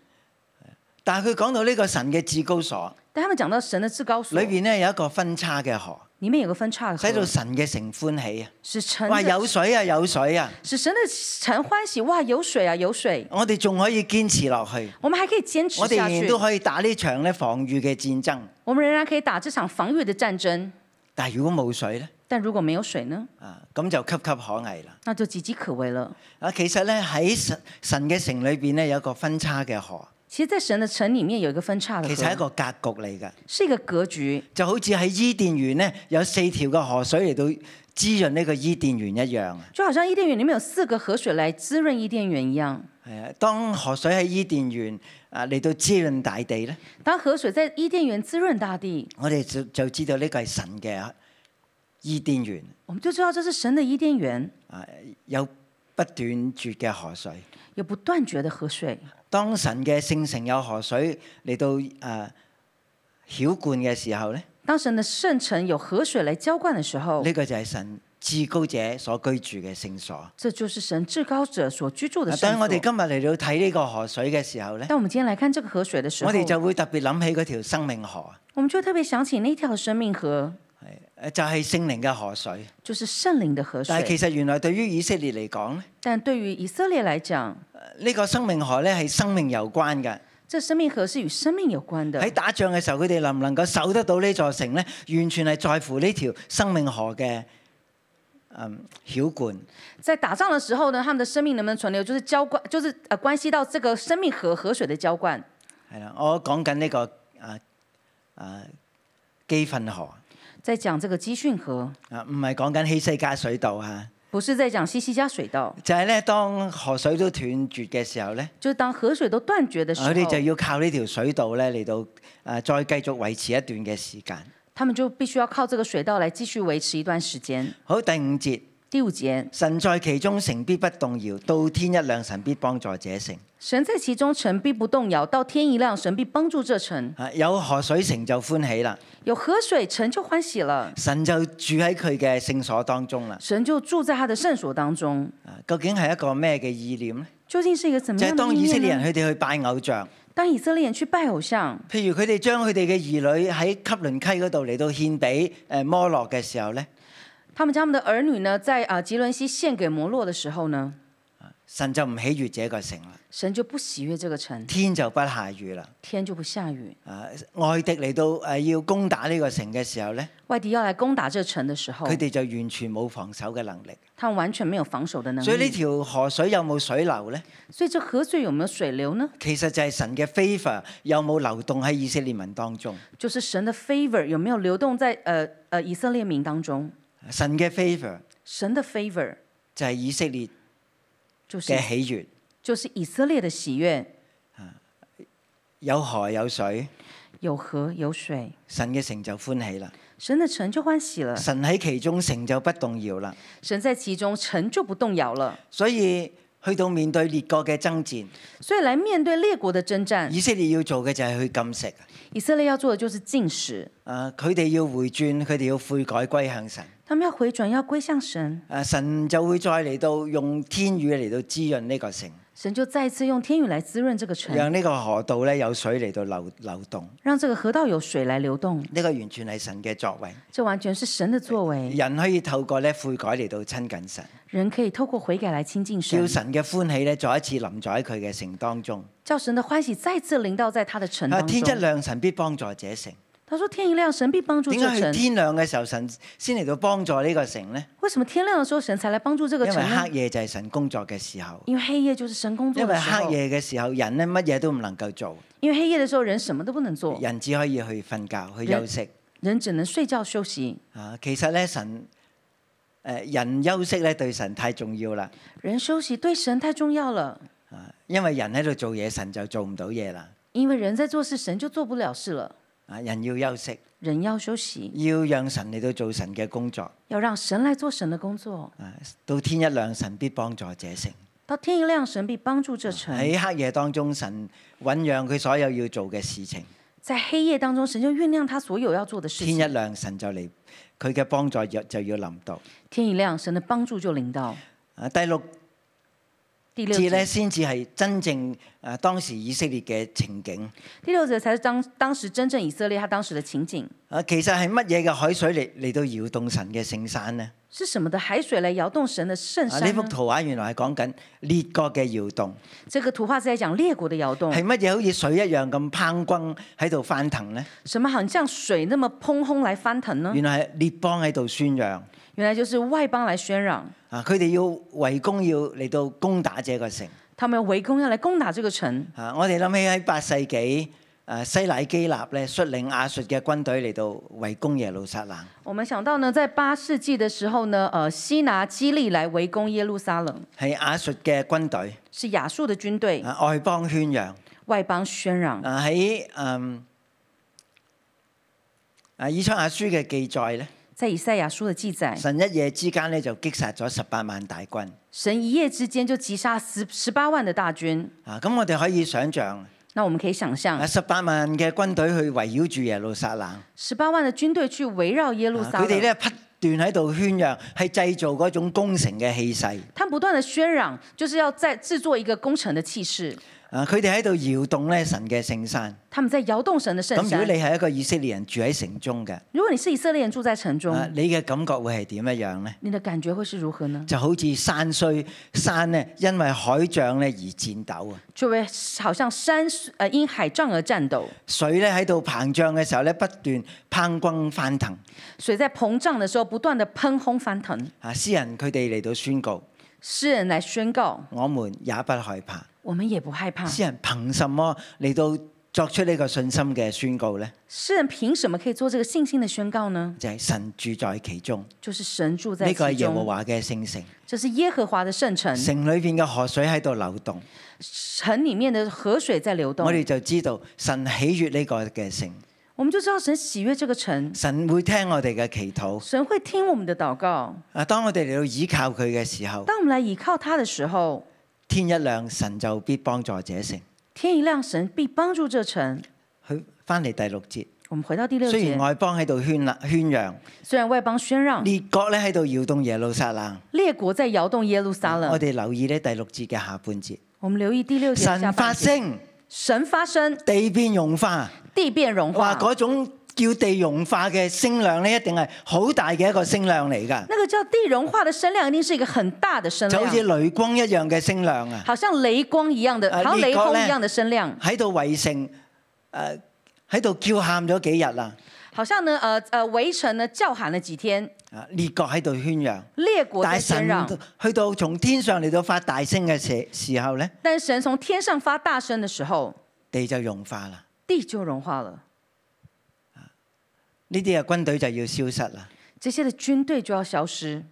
[SPEAKER 2] 但係佢講到呢個神嘅至高所，
[SPEAKER 3] 但他们讲到神的至高所
[SPEAKER 2] 裏，邊咧有一個分叉嘅河，
[SPEAKER 3] 里面有个分叉的
[SPEAKER 2] 使到
[SPEAKER 3] 河，
[SPEAKER 2] 神嘅城歡喜啊！
[SPEAKER 3] 使嗯神
[SPEAKER 2] 哇，
[SPEAKER 3] 的
[SPEAKER 2] 有水啊，有水啊！
[SPEAKER 3] 使神的神欢喜。哇，有水啊，有水！
[SPEAKER 2] 我哋仲可以堅持落去，
[SPEAKER 3] 我们还可以坚持
[SPEAKER 2] 我哋
[SPEAKER 3] 下
[SPEAKER 2] 仍然
[SPEAKER 3] 去
[SPEAKER 2] 都，可以打呢場咧防禦嘅戰爭。
[SPEAKER 3] 我们仍然可以打这场防御的战争。
[SPEAKER 2] 但係如果冇水咧，
[SPEAKER 3] 但如果没有水呢？
[SPEAKER 2] 啊咁就岌岌可危啦。
[SPEAKER 3] 那就岌岌可危了。
[SPEAKER 2] 啊，其實咧喺神神嘅城裏邊咧有一個分叉嘅河，
[SPEAKER 3] 其实，在神的城里面有一个分叉的
[SPEAKER 2] 其
[SPEAKER 3] 河，
[SPEAKER 2] 實係一個格局嚟㗎。
[SPEAKER 3] 是一个格局，
[SPEAKER 2] 就好似喺伊甸園咧，有四條嘅河水嚟到滋潤呢個伊甸園一樣。
[SPEAKER 3] 就好像伊甸园里面有四个河水来滋润伊甸园一样。
[SPEAKER 2] 係啊，當河水喺伊甸園啊嚟到滋潤大地咧，
[SPEAKER 3] 当河水在伊甸园滋润大地，
[SPEAKER 2] 我哋就就知道呢個係神嘅伊甸園
[SPEAKER 3] 我们就知道这是神的伊甸园，
[SPEAKER 2] 啊，有不斷絕嘅河水。
[SPEAKER 3] 有不断绝的河水。
[SPEAKER 2] 當神嘅聖城有河水嚟到啊曉冠嘅時候咧，呢、
[SPEAKER 3] 当神的圣城有河水来浇灌的时候，
[SPEAKER 2] 個就係神至高者所居住嘅聖所。
[SPEAKER 3] 这就是神至高者所居住的
[SPEAKER 2] 嗱
[SPEAKER 3] 圣
[SPEAKER 2] 當
[SPEAKER 3] 所。
[SPEAKER 2] 啊我哋今日嚟到睇呢個河水嘅時候咧，
[SPEAKER 3] 当我们今天来看这个河水的时候，
[SPEAKER 2] 我哋就會特別諗起嗰條生命河，
[SPEAKER 3] 我们就特别想起那条生命河，
[SPEAKER 2] 誒呃就係聖靈嘅河水。
[SPEAKER 3] 就是圣灵的河
[SPEAKER 2] 但係其
[SPEAKER 3] 水。
[SPEAKER 2] 實原來對於以色列嚟講咧，
[SPEAKER 3] 但对于以色列来讲，
[SPEAKER 2] 呢、個生命河咧係生命有關嘅。
[SPEAKER 3] 这生命河是与生命有关的
[SPEAKER 2] 喺。打仗嘅時候，佢哋能唔能夠守得到呢座城呢？完全係在乎呢條生命河嘅嗯曉冠。
[SPEAKER 3] 在打仗的时候呢，他们的生命能不能存留，就是浇灌，就是呃关系到这个生命河河水的浇灌。
[SPEAKER 2] 係啦，我講緊呢個啊啊基訓河
[SPEAKER 3] 在讲这个基训河，
[SPEAKER 2] 啊，唔係講緊希西家水道啊。
[SPEAKER 3] 不是在讲西西加水道，
[SPEAKER 2] 就係咧，當河水都斷絕嘅時候咧，
[SPEAKER 3] 就是当河水都断绝的时候，
[SPEAKER 2] 佢哋就要靠呢條水道咧嚟到啊再繼續維持一段嘅時間。
[SPEAKER 3] 他们就必须要靠这个水道来繼續維持一段時間。
[SPEAKER 2] 好，第五節，
[SPEAKER 3] 第五節，
[SPEAKER 2] 神在其中，城必不動搖；到天一亮，神必幫助這城。
[SPEAKER 3] 神在其中，城必不動搖；到天一亮，神必幫助這城。
[SPEAKER 2] 啊，有河水城就歡喜啦。
[SPEAKER 3] 有河水，城就歡喜了，
[SPEAKER 2] 神就住喺佢嘅聖所當中啦。
[SPEAKER 3] 神就住在他的聖所當中。
[SPEAKER 2] 啊究竟係一個咩嘅意念呢？
[SPEAKER 3] 究竟是一個怎麼
[SPEAKER 2] 就係
[SPEAKER 3] 樣的
[SPEAKER 2] 當
[SPEAKER 3] 意
[SPEAKER 2] 以色
[SPEAKER 3] 念呢
[SPEAKER 2] 列人佢哋去拜偶像，
[SPEAKER 3] 當以色列人去拜偶像，
[SPEAKER 2] 譬如佢哋將佢哋嘅兒女喺汲倫溪嗰度嚟到獻俾誒摩洛嘅時候呢，
[SPEAKER 3] 他們將他們的兒女呢，在啊吉倫西獻給摩洛的時候呢，
[SPEAKER 2] 神就唔喜悅這個城啦，
[SPEAKER 3] 神就不喜悅這個城，
[SPEAKER 2] 天就不下雨啦。
[SPEAKER 3] 天就不下雨。
[SPEAKER 2] 啊，外敵嚟到誒要攻打呢個城嘅時候呢，
[SPEAKER 3] 外敵要來攻打這城的時候
[SPEAKER 2] 佢，哋就完全冇防守嘅能力。
[SPEAKER 3] 他們完全沒有防守的能
[SPEAKER 2] 所以呢
[SPEAKER 3] 力。
[SPEAKER 2] 條河水有冇水流呢？
[SPEAKER 3] 所以這河水有沒有水流呢？
[SPEAKER 2] 其實就係神嘅 favor 有冇流動喺以色列民當中？
[SPEAKER 3] 就是神的 favor 有沒有流動在呃呃以色列民當中？
[SPEAKER 2] 神嘅 favor
[SPEAKER 3] 神的 favor
[SPEAKER 2] 就係以色列
[SPEAKER 3] 就是
[SPEAKER 2] 嘅喜悅。
[SPEAKER 3] 就是以色列的喜悅，
[SPEAKER 2] 有河有水，
[SPEAKER 3] 有河有水，
[SPEAKER 2] 神嘅城就歡喜啦。
[SPEAKER 3] 神的城就歡喜了，
[SPEAKER 2] 神喺其中，城就不動搖啦。
[SPEAKER 3] 神在其中，城就不動搖了。
[SPEAKER 2] 所以去到面對列國嘅爭戰，
[SPEAKER 3] 所以來面對列國的征戰，
[SPEAKER 2] 以色列要做嘅就係去禁食。
[SPEAKER 3] 以色列要做的就是禁食，
[SPEAKER 2] 啊，佢哋要回轉，佢哋要悔改歸向神。
[SPEAKER 3] 他們要回轉，要歸向神，
[SPEAKER 2] 啊，神就會再嚟到用天雨嚟到滋潤呢個城，
[SPEAKER 3] 神就再一次用天雨來滋潤這個城，
[SPEAKER 2] 讓呢個河道咧有水嚟到流流動。呢、
[SPEAKER 3] 讓這個河道有水來流動。
[SPEAKER 2] 個完全係神嘅作為。
[SPEAKER 3] 這完全是神的作為，
[SPEAKER 2] 人可以透過咧悔改嚟到親近神，
[SPEAKER 3] 人可以透過悔改來親近神
[SPEAKER 2] 叫，神嘅歡喜咧再一次臨在喺佢嘅城當中。
[SPEAKER 3] 叫神的歡喜再次臨到在他的城
[SPEAKER 2] 啊，
[SPEAKER 3] 當
[SPEAKER 2] 天一
[SPEAKER 3] 中。
[SPEAKER 2] 亮，神必幫助這城。
[SPEAKER 3] 他说：“天一亮，神必幫助
[SPEAKER 2] 點
[SPEAKER 3] 這
[SPEAKER 2] 解佢
[SPEAKER 3] 城。
[SPEAKER 2] 天亮嘅時候神先嚟到幫助呢個城呢？
[SPEAKER 3] 為什麼天亮的時候神才來幫助這
[SPEAKER 2] 因
[SPEAKER 3] 個
[SPEAKER 2] 為
[SPEAKER 3] 城呢
[SPEAKER 2] 黑？夜就係神工作嘅時候，
[SPEAKER 3] 因為黑夜就是神工作
[SPEAKER 2] 因
[SPEAKER 3] 的
[SPEAKER 2] 為
[SPEAKER 3] 時候。
[SPEAKER 2] 黑夜嘅時候人咧乜嘢都唔能夠做，
[SPEAKER 3] 因為黑夜的時候人什麼都不能做，
[SPEAKER 2] 人只可以去瞓覺去休息。
[SPEAKER 3] 人只能睡覺休息。
[SPEAKER 2] 啊，其實咧神誒、人休息咧對神太重要啦，
[SPEAKER 3] 人休息對神太重要了，
[SPEAKER 2] 因為人喺度做嘢，神就做唔到嘢啦。
[SPEAKER 3] 因為人在做事，神就做不了事了。
[SPEAKER 2] 啊，人要休息，
[SPEAKER 3] 人要休息，
[SPEAKER 2] 要讓神嚟到做神嘅工作。
[SPEAKER 3] 要讓神來做神的工作。
[SPEAKER 2] 啊，到天一亮，神必幫助這城。
[SPEAKER 3] 到天一亮，神必幫助這城。
[SPEAKER 2] 喺黑夜當中，神醖釀佢所有要做嘅事情。
[SPEAKER 3] 在黑夜當中，神就酝釀他所有要做的事
[SPEAKER 2] 天一
[SPEAKER 3] 情。
[SPEAKER 2] 亮，神就嚟，佢嘅幫助就就要臨到。
[SPEAKER 3] 天一亮，神的幫助就臨到。
[SPEAKER 2] 啊，第六
[SPEAKER 3] 第六
[SPEAKER 2] 節咧，
[SPEAKER 3] 節，
[SPEAKER 2] 先至係真正啊當時以色列嘅情景。
[SPEAKER 3] 第六節才是當當時真正以色列他當時的情景。
[SPEAKER 2] 啊，其實係乜嘢嘅海水嚟嚟到搖動神嘅聖山呢？
[SPEAKER 3] 是什麼的海水來搖動神的聖
[SPEAKER 2] 啊，呢
[SPEAKER 3] 山
[SPEAKER 2] 幅
[SPEAKER 3] 呢？
[SPEAKER 2] 圖畫原來係講緊列國嘅搖動，
[SPEAKER 3] 這個圖畫是在講列國的搖動
[SPEAKER 2] 係，乜嘢好似水一樣咁拚轟喺度翻騰呢？
[SPEAKER 3] 什麼好像水那麼砰轟來翻騰呢？
[SPEAKER 2] 原來係列邦喺度宣揚
[SPEAKER 3] 原來就是外邦來喧嚷，
[SPEAKER 2] 啊，佢哋要圍攻，要嚟到攻打這個城。
[SPEAKER 3] 他們圍攻要來攻打這個城。
[SPEAKER 2] 啊，我哋諗起喺八世紀，啊西乃基立咧率領亞述嘅軍隊嚟到圍攻耶路撒冷。
[SPEAKER 3] 我們想到呢，在八世紀的時候呢，呃，西拿基利來圍攻耶路撒冷，
[SPEAKER 2] 係亞述嘅軍隊，
[SPEAKER 3] 是亞述的軍隊，
[SPEAKER 2] 啊外邦圈揚，
[SPEAKER 3] 外邦喧嚷。
[SPEAKER 2] 啊喺嗯啊以賽亞書嘅記載咧，
[SPEAKER 3] 在以賽亞書的記載，
[SPEAKER 2] 神一夜之間咧就擊殺咗十八萬大軍，
[SPEAKER 3] 神一夜之間就擊殺十十八萬的大軍。
[SPEAKER 2] 啊咁我哋可以想像
[SPEAKER 3] 那我们可以想象
[SPEAKER 2] 啊，，十八萬嘅軍隊去圍繞住耶路撒冷，啊
[SPEAKER 3] 十八万的军队去围绕耶路撒
[SPEAKER 2] 佢哋
[SPEAKER 3] 冷，
[SPEAKER 2] 咧不斷喺度圈揚，係製造嗰種攻城嘅氣勢。
[SPEAKER 3] 他不断的喧嚷，就是要在制作一个攻城的气势。
[SPEAKER 2] 啊，佢哋喺度搖動咧神嘅聖山。
[SPEAKER 3] 他们在摇动神的
[SPEAKER 2] 咁
[SPEAKER 3] 圣
[SPEAKER 2] 如果
[SPEAKER 3] 山。
[SPEAKER 2] 你係一個以色列人住喺城中嘅，
[SPEAKER 3] 如果你是以色列人住在城
[SPEAKER 2] 啊
[SPEAKER 3] 中，，
[SPEAKER 2] 你嘅感覺會係點樣樣咧？
[SPEAKER 3] 你的感觉会是如何呢？
[SPEAKER 2] 就好似山衰山咧，因為海漲咧而戰鬥啊！
[SPEAKER 3] 就会好像山呃因海涨而战斗，
[SPEAKER 2] 水咧喺度膨脹嘅時候咧，不斷烹轟翻騰。
[SPEAKER 3] 水在膨胀的时候不断的喷轰翻腾。
[SPEAKER 2] 啊，詩人佢哋嚟到宣告：
[SPEAKER 3] 诗人来宣告，
[SPEAKER 2] 我們也不害怕。
[SPEAKER 3] 我们也不害怕。
[SPEAKER 2] 詩人憑什麼嚟到作出呢個信心嘅宣告呢？
[SPEAKER 3] 诗人凭什么可以做这个信心的宣告呢？
[SPEAKER 2] 就係、神住在其中，
[SPEAKER 3] 就是神住在
[SPEAKER 2] 呢個係
[SPEAKER 3] 其
[SPEAKER 2] 耶和
[SPEAKER 3] 中，
[SPEAKER 2] 華嘅聖城，
[SPEAKER 3] 这是耶和华的圣城，
[SPEAKER 2] 城裏邊嘅河水喺度流動，
[SPEAKER 3] 城里面的河水在流动
[SPEAKER 2] 我。哋就知道神喜悦呢個嘅城，
[SPEAKER 3] 我们就知道神喜悦这个城，
[SPEAKER 2] 神會聽我哋嘅祈禱。
[SPEAKER 3] 神会听我们的祷告。
[SPEAKER 2] 啊，當我哋嚟到倚靠佢嘅時候，
[SPEAKER 3] 当我们来倚靠他的时候，
[SPEAKER 2] 天一亮，神就必幫助這城。
[SPEAKER 3] 天一亮，神必帮助这城。
[SPEAKER 2] 佢翻嚟第六節，
[SPEAKER 3] 我们回到第六
[SPEAKER 2] 雖然
[SPEAKER 3] 节，
[SPEAKER 2] 外邦喺度圈啦圈揚，
[SPEAKER 3] 虽然外邦喧嚷，
[SPEAKER 2] 列國咧喺度搖動耶路撒冷。
[SPEAKER 3] 列国在摇动耶路撒
[SPEAKER 2] 我
[SPEAKER 3] 冷。
[SPEAKER 2] 哋留意咧第六節嘅下半節，
[SPEAKER 3] 我们留意第六节的下
[SPEAKER 2] 神發
[SPEAKER 3] 半节，
[SPEAKER 2] 聲，
[SPEAKER 3] 神发声，
[SPEAKER 2] 地變融化。
[SPEAKER 3] 地变融
[SPEAKER 2] 話
[SPEAKER 3] 化。
[SPEAKER 2] 嗰種叫地融化嘅聲量咧，一定係好大嘅一個聲量嚟㗎，
[SPEAKER 3] 那个叫地融化的声量，一定是一个很大的声
[SPEAKER 2] 就好似
[SPEAKER 3] 量，
[SPEAKER 2] 雷光一樣嘅聲量啊！
[SPEAKER 3] 好像雷光一样的，
[SPEAKER 2] 啊
[SPEAKER 3] 好像雷
[SPEAKER 2] 列国
[SPEAKER 3] 轰
[SPEAKER 2] 呢
[SPEAKER 3] 一样的声量，
[SPEAKER 2] 喺度圍城，誒、喺度叫喊咗幾日啦！
[SPEAKER 3] 好像呢，呃呃，围城呢叫喊了几天，
[SPEAKER 2] 啊，列國喺度宣揚，
[SPEAKER 3] 列国在
[SPEAKER 2] 但係
[SPEAKER 3] 喧嚷，
[SPEAKER 2] 神去到從天上嚟到發大聲嘅時時候咧，
[SPEAKER 3] 但是神从天上发大声的时候，
[SPEAKER 2] 地就融化啦。
[SPEAKER 3] 地就融化了，
[SPEAKER 2] 呢啲嘅軍隊就要消失啦。
[SPEAKER 3] 这些的军队就要消失。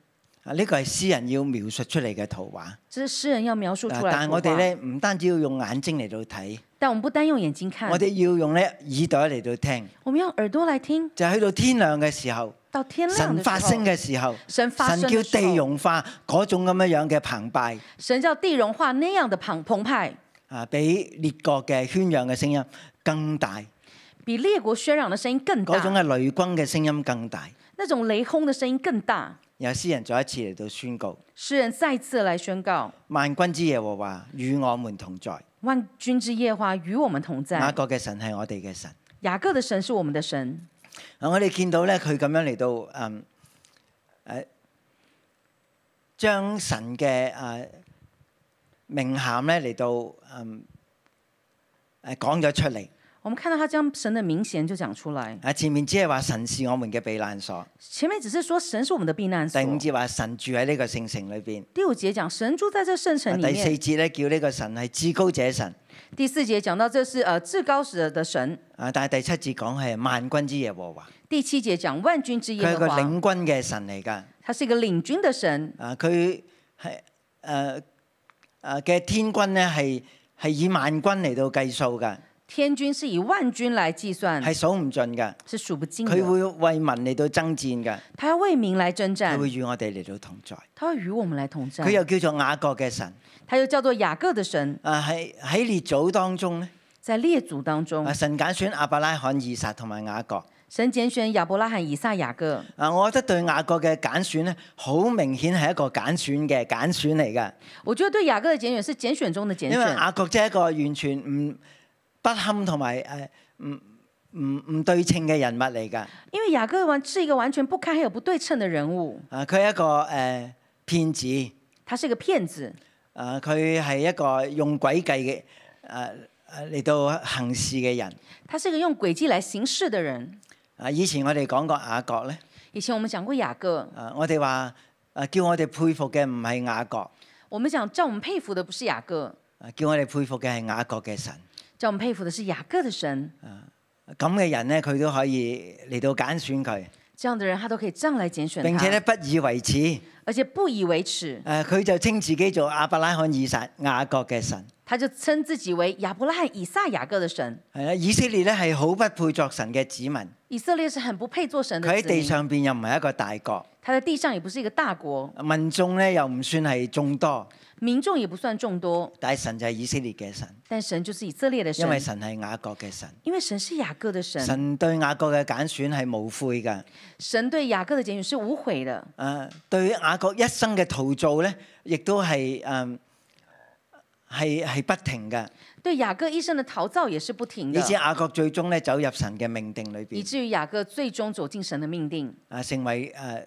[SPEAKER 2] 啊，呢個係詩人要描述出嚟嘅圖畫。啊
[SPEAKER 3] 这是诗人要描述出来
[SPEAKER 2] 但係
[SPEAKER 3] 的图画
[SPEAKER 2] 我哋咧唔單止要用眼睛嚟到睇，
[SPEAKER 3] 但我们不单用眼睛看，
[SPEAKER 2] 我哋要用咧耳朵嚟到聽。
[SPEAKER 3] 我们用耳朵来听。
[SPEAKER 2] 就係去到天亮嘅時候。
[SPEAKER 3] 到天亮
[SPEAKER 2] 神
[SPEAKER 3] 的时
[SPEAKER 2] 發
[SPEAKER 3] 候，
[SPEAKER 2] 聲嘅時候，
[SPEAKER 3] 神發聲嘅時
[SPEAKER 2] 叫
[SPEAKER 3] 候
[SPEAKER 2] 地融化嗰種咁樣樣嘅澎湃
[SPEAKER 3] 神叫地融化那样的澎澎湃，
[SPEAKER 2] 啊，比列國嘅圈揚嘅聲音更大，
[SPEAKER 3] 比列国喧嚷的声音更
[SPEAKER 2] 嗰啊種
[SPEAKER 3] 大，
[SPEAKER 2] 嘅雷軍嘅聲音更大。
[SPEAKER 3] 那种雷轰的声音更大。
[SPEAKER 2] 有詩人再一次嚟到宣告：
[SPEAKER 3] 诗人再次来宣告：
[SPEAKER 2] 萬軍之耶和華與我們同在。
[SPEAKER 3] 万军之夜花与我们同
[SPEAKER 2] 雅
[SPEAKER 3] 在。
[SPEAKER 2] 各嘅神係我哋嘅神。
[SPEAKER 3] 雅各的神是我们的神。
[SPEAKER 2] 啊，我哋見到咧，佢咁樣嚟到嗯誒，將神嘅誒名銜咧嚟到嗯誒講咗出嚟。
[SPEAKER 3] 我们看到他将神的名衔就讲出来，
[SPEAKER 2] 啊，前面只係話神是我們嘅避難所，
[SPEAKER 3] 前面只是说神是我们的避难所
[SPEAKER 2] 第。五節話神住喺呢個聖城裏邊，啊
[SPEAKER 3] 第五节讲神住在这圣城里
[SPEAKER 2] 第四
[SPEAKER 3] 面，
[SPEAKER 2] 節咧叫呢個神係至高者神，
[SPEAKER 3] 第四节讲到这是呃至高者的神，
[SPEAKER 2] 啊，但係第七節講係萬軍之耶和華，
[SPEAKER 3] 第七节讲万军之
[SPEAKER 2] 佢
[SPEAKER 3] 耶
[SPEAKER 2] 係
[SPEAKER 3] 和
[SPEAKER 2] 個
[SPEAKER 3] 华，
[SPEAKER 2] 領軍嘅神嚟㗎，
[SPEAKER 3] 他是一个领军的神，
[SPEAKER 2] 啊，佢係誒誒嘅天軍咧係係以萬軍嚟到計數㗎，
[SPEAKER 3] 天军是以万军来计算，
[SPEAKER 2] 係數唔盡㗎，
[SPEAKER 3] 是数不尽
[SPEAKER 2] 佢
[SPEAKER 3] 的。
[SPEAKER 2] 會為民嚟到爭戰㗎，
[SPEAKER 3] 他要为民来征
[SPEAKER 2] 佢
[SPEAKER 3] 战，
[SPEAKER 2] 會與我哋嚟到同在，
[SPEAKER 3] 他要与我们来同战
[SPEAKER 2] 佢。又叫做雅各嘅神，
[SPEAKER 3] 他又叫做雅各的神，
[SPEAKER 2] 啊喺喺列祖當中咧。
[SPEAKER 3] 在列祖当中
[SPEAKER 2] 啊！，神揀選亞伯拉罕、以撒同埋雅各。
[SPEAKER 3] 神拣选亚伯拉罕、以撒、雅各。
[SPEAKER 2] 啊，我覺得對雅各嘅揀選咧，好明顯係一個揀選嘅揀選嚟㗎，
[SPEAKER 3] 我觉得对雅各的拣選是拣選中的拣
[SPEAKER 2] 因啊為
[SPEAKER 3] 選，
[SPEAKER 2] 雅各即係一個完全唔不堪同埋誒唔唔唔對稱嘅人物嚟㗎。
[SPEAKER 3] 因为雅各完是一个完全不堪还有不对称的人物，
[SPEAKER 2] 啊，佢係一個誒、呃、騙子，
[SPEAKER 3] 他是一个骗子，
[SPEAKER 2] 啊，佢係一個用詭計嘅誒誒嚟到行事嘅人。
[SPEAKER 3] 他是一个用诡计来行事的人。
[SPEAKER 2] 啊，以前我哋講過雅各咧，
[SPEAKER 3] 以前我们讲过雅各，
[SPEAKER 2] 啊，我哋話啊，叫我哋佩服嘅唔係雅各，啊，
[SPEAKER 3] 我们讲叫我们佩服的不是雅各，
[SPEAKER 2] 叫我哋佩服嘅係雅各嘅神。
[SPEAKER 3] 叫我们佩服的是雅各的神。
[SPEAKER 2] 咁嘅人咧，佢都可以嚟到揀選佢，
[SPEAKER 3] 这样的人他都可以这样来拣选
[SPEAKER 2] 並且咧
[SPEAKER 3] 他，
[SPEAKER 2] 不以為恥。
[SPEAKER 3] 而且不以为耻
[SPEAKER 2] 誒、，佢就稱自己做亞伯拉罕、以撒、雅各嘅神。
[SPEAKER 3] 他就称自己为亚伯拉罕、以撒、雅各的神。
[SPEAKER 2] 係啦，以色列咧係好不配作神嘅子民，
[SPEAKER 3] 以色列是很不配做神的
[SPEAKER 2] 佢喺
[SPEAKER 3] 子民
[SPEAKER 2] 地上邊又唔係一個大國，
[SPEAKER 3] 他在地上也不是一个大国，
[SPEAKER 2] 民眾咧又唔算係眾多，
[SPEAKER 3] 民众也不算众多，
[SPEAKER 2] 但係神就係以色列嘅神，
[SPEAKER 3] 但神就是以色列的神
[SPEAKER 2] 因，為神係雅各嘅神。
[SPEAKER 3] 因为神是雅各的神，
[SPEAKER 2] 神對雅各嘅揀選係無悔㗎。
[SPEAKER 3] 神对雅各的拣选是无悔的，
[SPEAKER 2] 誒、對雅各一生嘅陶造咧，亦都係誒係係不停嘅，
[SPEAKER 3] 对雅各一生的陶造也是不停
[SPEAKER 2] 以
[SPEAKER 3] 的，
[SPEAKER 2] 至雅各最終咧走入神嘅命定裏邊，
[SPEAKER 3] 以至于雅各最终走进神的命定，
[SPEAKER 2] 啊成為誒、呃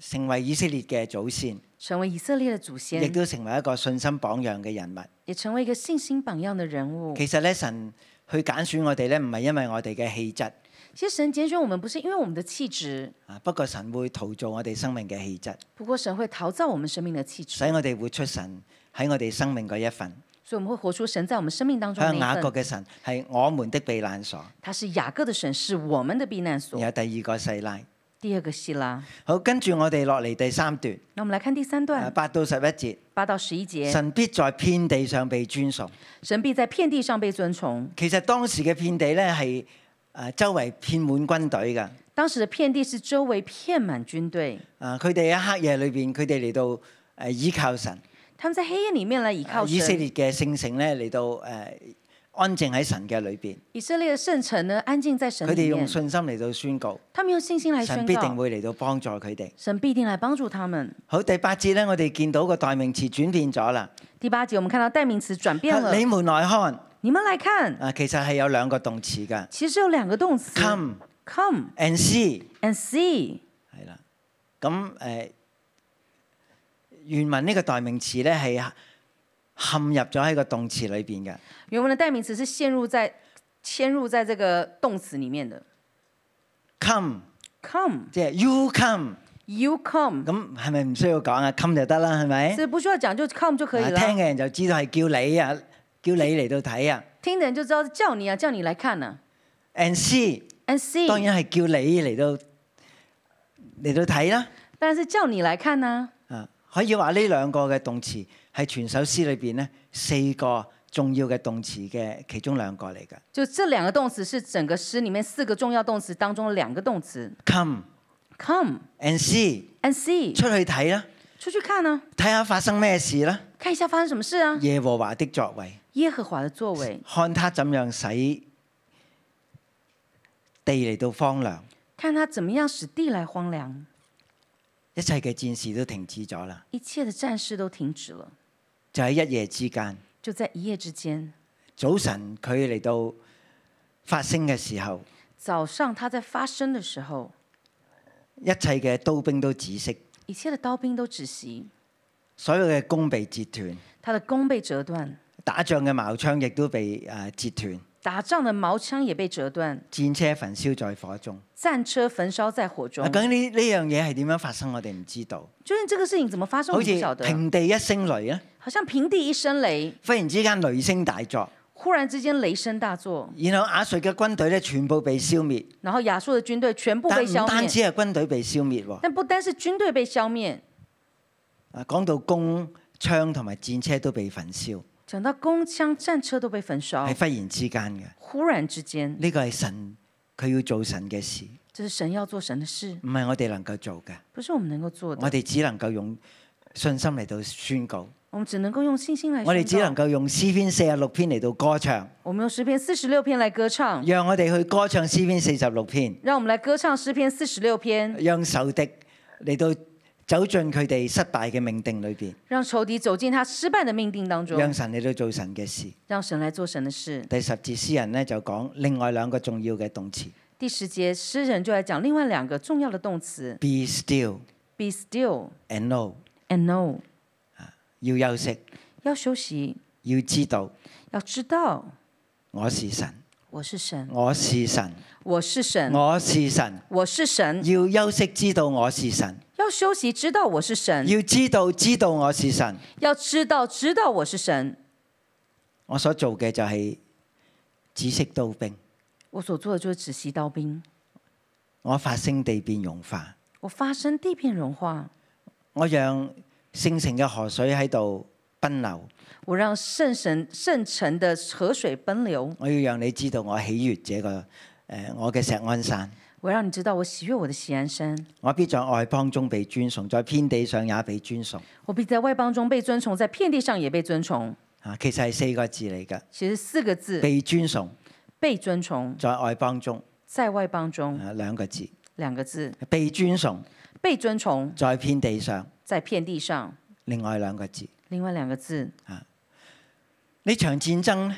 [SPEAKER 2] 成為以色列嘅祖先，
[SPEAKER 3] 成为以色列的祖
[SPEAKER 2] 亦
[SPEAKER 3] 先，
[SPEAKER 2] 都成為一個信心榜樣嘅人物。
[SPEAKER 3] 也成为一个信心榜样的人物。
[SPEAKER 2] 其實咧，神去揀選我哋咧，唔係因為我哋嘅氣質。
[SPEAKER 3] 其实神拣选我们不是因为我们的气质，
[SPEAKER 2] 啊！不過神會陶造我哋生命嘅氣質，
[SPEAKER 3] 不过神会陶造我们生命的气
[SPEAKER 2] 使
[SPEAKER 3] 质，
[SPEAKER 2] 我哋活出神喺我哋生命嗰一份。
[SPEAKER 3] 所以我们会活出神在我们生命当中的
[SPEAKER 2] 向
[SPEAKER 3] 那
[SPEAKER 2] 雅
[SPEAKER 3] 一
[SPEAKER 2] 各
[SPEAKER 3] 份。
[SPEAKER 2] 嘅神係我們的避難所。
[SPEAKER 3] 他是雅各的神，是我们的避难所
[SPEAKER 2] 然。後第二個細拉，
[SPEAKER 3] 第二个希拉，
[SPEAKER 2] 好跟住我哋落嚟第三段，
[SPEAKER 3] 那我们来看第三
[SPEAKER 2] 啊
[SPEAKER 3] 段
[SPEAKER 2] 八到十一節，
[SPEAKER 3] 八到十一节，
[SPEAKER 2] 神必在遍地上被尊崇。
[SPEAKER 3] 神必在遍地上被尊崇。
[SPEAKER 2] 其實當時嘅遍地咧係誒周圍遍滿軍隊㗎。
[SPEAKER 3] 当时的遍地是周围遍满军队，
[SPEAKER 2] 啊！佢哋喺黑夜裏邊，佢哋嚟到誒依靠神，
[SPEAKER 3] 他们在黑夜里面来倚
[SPEAKER 2] 啊
[SPEAKER 3] 靠
[SPEAKER 2] 以色列
[SPEAKER 3] 神。
[SPEAKER 2] 嘅聖城咧嚟到誒安靜喺神嘅裏邊。
[SPEAKER 3] 以色列的圣城呢，安静在神
[SPEAKER 2] 佢哋
[SPEAKER 3] 里
[SPEAKER 2] 用
[SPEAKER 3] 面，
[SPEAKER 2] 信心嚟到宣告。
[SPEAKER 3] 他们用信心来宣
[SPEAKER 2] 神必定
[SPEAKER 3] 告，
[SPEAKER 2] 會嚟到幫助佢哋。
[SPEAKER 3] 神必定来帮助他们。
[SPEAKER 2] 好，第八節咧，我哋見到個代名詞轉變咗啦。
[SPEAKER 3] 第八节，我们看到代名词转变了
[SPEAKER 2] 啊。你們來看
[SPEAKER 3] 你们来看，
[SPEAKER 2] 啊，其實係有兩個動詞㗎
[SPEAKER 3] 其实有两个动词
[SPEAKER 2] Come
[SPEAKER 3] come
[SPEAKER 2] ，and see
[SPEAKER 3] and see。
[SPEAKER 2] 係啦。咁誒、呃原文呢個代名詞咧係陷入咗喺個動詞裏邊嘅。
[SPEAKER 3] 原文的代名词是陷入在嵌入在这个动词里面的。
[SPEAKER 2] come
[SPEAKER 3] Come,
[SPEAKER 2] 即係 you come，
[SPEAKER 3] you come，
[SPEAKER 2] 咁係咪唔需要講啊？come 就得啦，係咪？
[SPEAKER 3] 这不需要講，就 come 就可以
[SPEAKER 2] 啊
[SPEAKER 3] 了。
[SPEAKER 2] 聽嘅人就知道係叫你啊，叫你嚟到睇啊。
[SPEAKER 3] 听的人就知道叫你啊，叫你来看呢、
[SPEAKER 2] and see
[SPEAKER 3] And see，
[SPEAKER 2] 當然係叫你嚟到嚟到睇啦。
[SPEAKER 3] 当然是叫你来看呢、
[SPEAKER 2] 啊，可以話呢兩個嘅動詞係全首詩裏邊咧四個重要嘅動詞嘅其中兩個嚟嘅。
[SPEAKER 3] 就这两个动词是整个诗里面四个重要动词当中的两个动词。
[SPEAKER 2] Come
[SPEAKER 3] Come
[SPEAKER 2] and see，
[SPEAKER 3] and see，
[SPEAKER 2] 出去睇啦，
[SPEAKER 3] 出去看呢、
[SPEAKER 2] 睇下發生咩事啦。
[SPEAKER 3] 看一下发生什么事啊。
[SPEAKER 2] 耶和華的作為，
[SPEAKER 3] 耶和华的作为，
[SPEAKER 2] 看他怎樣使地嚟到荒涼，
[SPEAKER 3] 看他怎么样使地来荒凉，
[SPEAKER 2] 一切嘅戰事都停止咗啦。
[SPEAKER 3] 一切的战事都停止了，
[SPEAKER 2] 就喺一夜之間，
[SPEAKER 3] 就在一夜之间。
[SPEAKER 2] 早晨佢嚟到發聲嘅時候，
[SPEAKER 3] 早上他在发生的时候，
[SPEAKER 2] 一切嘅刀兵都止息，
[SPEAKER 3] 一切的刀兵都止息，
[SPEAKER 2] 所有嘅弓被截斷。
[SPEAKER 3] 他的弓被折断，
[SPEAKER 2] 打仗嘅矛槍亦都被誒截斷，
[SPEAKER 3] 打仗的矛枪也被折断，
[SPEAKER 2] 戰車焚燒在火中。
[SPEAKER 3] 战车焚烧在火中
[SPEAKER 2] 啊。究竟呢呢樣嘢係點樣發生？我哋唔知道。
[SPEAKER 3] 究竟这个事情怎么发生，我
[SPEAKER 2] 好
[SPEAKER 3] 们
[SPEAKER 2] 似
[SPEAKER 3] 不晓得。
[SPEAKER 2] 平地一聲雷咧，
[SPEAKER 3] 好像平地一声雷，
[SPEAKER 2] 忽然之間雷聲大作，
[SPEAKER 3] 忽然之间雷声大作，
[SPEAKER 2] 然後亞述嘅軍隊咧全部被消滅。
[SPEAKER 3] 然后亚述的军队全部
[SPEAKER 2] 但
[SPEAKER 3] 被
[SPEAKER 2] 唔
[SPEAKER 3] 消
[SPEAKER 2] 單
[SPEAKER 3] 灭
[SPEAKER 2] 止。係軍隊被消滅喎，
[SPEAKER 3] 但不单是军队被消灭，
[SPEAKER 2] 啊講到弓、槍同埋戰車都被焚燒，
[SPEAKER 3] 讲到弓枪、战车都被焚烧
[SPEAKER 2] 係，忽然之間嘅。
[SPEAKER 3] 忽然之间，
[SPEAKER 2] 呢個係神佢要做神嘅事，
[SPEAKER 3] 这是神要做神的事，
[SPEAKER 2] 唔係我哋能夠做嘅。
[SPEAKER 3] 不是我们能够做
[SPEAKER 2] 我
[SPEAKER 3] 的。
[SPEAKER 2] 哋只能夠用信心嚟到宣告，
[SPEAKER 3] 我们只能够用信心来
[SPEAKER 2] 我哋只
[SPEAKER 3] 宣
[SPEAKER 2] 能
[SPEAKER 3] 告。
[SPEAKER 2] 夠用詩篇四十六篇嚟到歌唱。
[SPEAKER 3] 我们用诗篇四十六篇来歌唱，
[SPEAKER 2] 讓我哋去歌唱詩篇四十六篇，
[SPEAKER 3] 让我们来歌唱诗篇四十六篇，
[SPEAKER 2] 讓仇敵嚟到走進佢哋失敗嘅命定裏邊，
[SPEAKER 3] 让仇敌走进他失败的命定当中，
[SPEAKER 2] 讓神嚟到做神嘅事。
[SPEAKER 3] 让神来做神的事。
[SPEAKER 2] 第十節詩人呢就講另外兩個重要嘅動詞
[SPEAKER 3] 第十节，诗人就来讲另外两个重要的动词
[SPEAKER 2] ：be still
[SPEAKER 3] ：be still
[SPEAKER 2] and know，
[SPEAKER 3] and know，
[SPEAKER 2] 要休息，
[SPEAKER 3] 要休息，
[SPEAKER 2] 要知道
[SPEAKER 3] 要知道
[SPEAKER 2] 我是神，
[SPEAKER 3] 我是神，
[SPEAKER 2] 我是神，
[SPEAKER 3] 我是神，
[SPEAKER 2] 我是神。
[SPEAKER 3] 我是神，
[SPEAKER 2] 要休息，知道我是神；
[SPEAKER 3] 要休息，知道我是神，
[SPEAKER 2] 要知道，知道我是神。
[SPEAKER 3] 要知道，知道我是神。
[SPEAKER 2] 我所做嘅就係紫色刀兵，
[SPEAKER 3] 我所做的就是止息刀兵，
[SPEAKER 2] 我發聲地變融化。
[SPEAKER 3] 我发生地变融化，
[SPEAKER 2] 我讓聖城嘅河水喺度奔流，
[SPEAKER 3] 我让圣神圣城的河水奔流，
[SPEAKER 2] 我要讓你知道我喜悦這個诶、呃我嘅石安山，
[SPEAKER 3] 我让你知道我喜悦我的喜安山，
[SPEAKER 2] 我必在外邦中被尊崇，在遍地上也被尊崇。
[SPEAKER 3] 我必在外邦中被尊崇，在遍地上也被尊崇。
[SPEAKER 2] 啊，其實係四個字嚟嘅，
[SPEAKER 3] 其实四个字，
[SPEAKER 2] 被尊崇
[SPEAKER 3] 被尊崇，
[SPEAKER 2] 在外邦中
[SPEAKER 3] 在外邦中
[SPEAKER 2] 啊兩個字，
[SPEAKER 3] 两个字，
[SPEAKER 2] 被尊崇
[SPEAKER 3] 被尊崇
[SPEAKER 2] 在遍地上
[SPEAKER 3] 在遍地上，
[SPEAKER 2] 另外兩個字。
[SPEAKER 3] 另外两个字，
[SPEAKER 2] 呢場戰爭呢，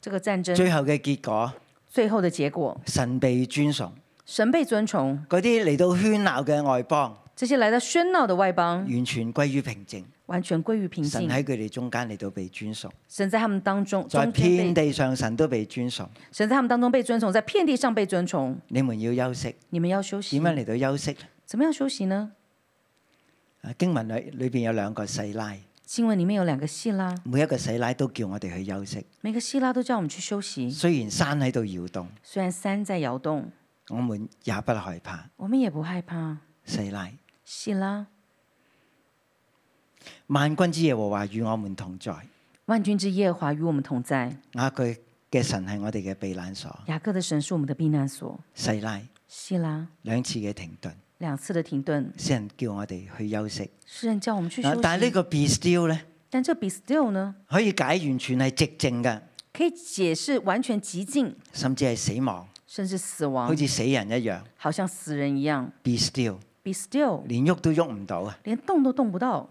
[SPEAKER 3] 这个战争
[SPEAKER 2] 最後嘅結果，
[SPEAKER 3] 最后的结果，
[SPEAKER 2] 神被尊崇。
[SPEAKER 3] 神被尊崇，
[SPEAKER 2] 嗰啲嚟到喧鬧嘅外邦，
[SPEAKER 3] 这些来到喧闹的外邦
[SPEAKER 2] 完全歸於嗯平靜。
[SPEAKER 3] 完全归于平
[SPEAKER 2] 神
[SPEAKER 3] 静。
[SPEAKER 2] 喺佢哋中間嚟到被尊崇，
[SPEAKER 3] 神在他们当中，
[SPEAKER 2] 在
[SPEAKER 3] 中
[SPEAKER 2] 遍
[SPEAKER 3] 间被
[SPEAKER 2] 地上神都被尊崇。
[SPEAKER 3] 神在他们当中被尊崇，在遍地上被尊崇。
[SPEAKER 2] 你們要休息，
[SPEAKER 3] 你们要休息
[SPEAKER 2] 點，樣嚟到休息？
[SPEAKER 3] 怎么样休息呢？
[SPEAKER 2] 啊經文裏裏邊有兩個細拉，
[SPEAKER 3] 经文里面有两个细拉，
[SPEAKER 2] 每一個細拉都叫我哋去休息。
[SPEAKER 3] 每个细拉都叫我们去休息。
[SPEAKER 2] 雖然山喺度搖動，
[SPEAKER 3] 虽然山在摇动，
[SPEAKER 2] 我們也不害怕。
[SPEAKER 3] 我们也不害怕。
[SPEAKER 2] 細拉，
[SPEAKER 3] 细拉，
[SPEAKER 2] 萬軍之耶和華與我們同在。
[SPEAKER 3] 万军之耶和华与我们同在。
[SPEAKER 2] 雅各嘅神係我哋嘅避難所。
[SPEAKER 3] 雅各的神是我们的避難所。
[SPEAKER 2] 細拉
[SPEAKER 3] 细拉
[SPEAKER 2] 兩次嘅停頓，
[SPEAKER 3] 两次的停顿，
[SPEAKER 2] 先人叫我哋去休息。
[SPEAKER 3] 诗人叫我们去休
[SPEAKER 2] 啊
[SPEAKER 3] 息。
[SPEAKER 2] 但係呢個 be still 咧，
[SPEAKER 3] 但这 be still 呢，
[SPEAKER 2] 可以解完全係寂靜嘅，
[SPEAKER 3] 可以解释完全极尽，
[SPEAKER 2] 甚至係死亡，
[SPEAKER 3] 甚至死亡
[SPEAKER 2] 好，似死人一樣。
[SPEAKER 3] 好像死人一样。
[SPEAKER 2] be still，
[SPEAKER 3] be still，
[SPEAKER 2] 連喐都喐唔到啊！
[SPEAKER 3] 连动都动不到。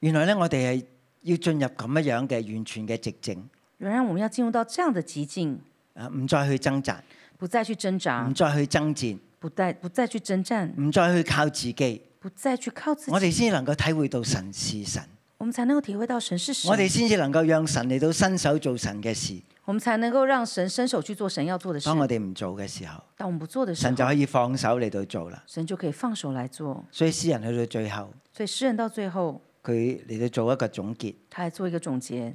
[SPEAKER 2] 原來咧，我哋係要進入咁樣樣嘅完全嘅寂靜，
[SPEAKER 3] 仍然我们要进入到这样的极境，
[SPEAKER 2] 啊，唔再去掙扎，
[SPEAKER 3] 不再去挣扎
[SPEAKER 2] 唔，再去爭戰，
[SPEAKER 3] 不再不再去征战，
[SPEAKER 2] 唔再去靠自己，
[SPEAKER 3] 不再去靠自
[SPEAKER 2] 我
[SPEAKER 3] 己，
[SPEAKER 2] 哋先能夠體會到神是神，
[SPEAKER 3] 我们才能够体会到神是神
[SPEAKER 2] 我，哋先至能夠讓神嚟到伸手做神嘅事。
[SPEAKER 3] 我们才能够让神伸手去做神要做的事
[SPEAKER 2] 當。我哋唔做嘅時候，
[SPEAKER 3] 当我们不做的时
[SPEAKER 2] 神就
[SPEAKER 3] 候，
[SPEAKER 2] 可以放手嚟到做啦。
[SPEAKER 3] 神就可以放手来做。
[SPEAKER 2] 所以詩人去到最後，
[SPEAKER 3] 所以诗人到最后，
[SPEAKER 2] 佢嚟到做一個總結，
[SPEAKER 3] 他还做一个总结，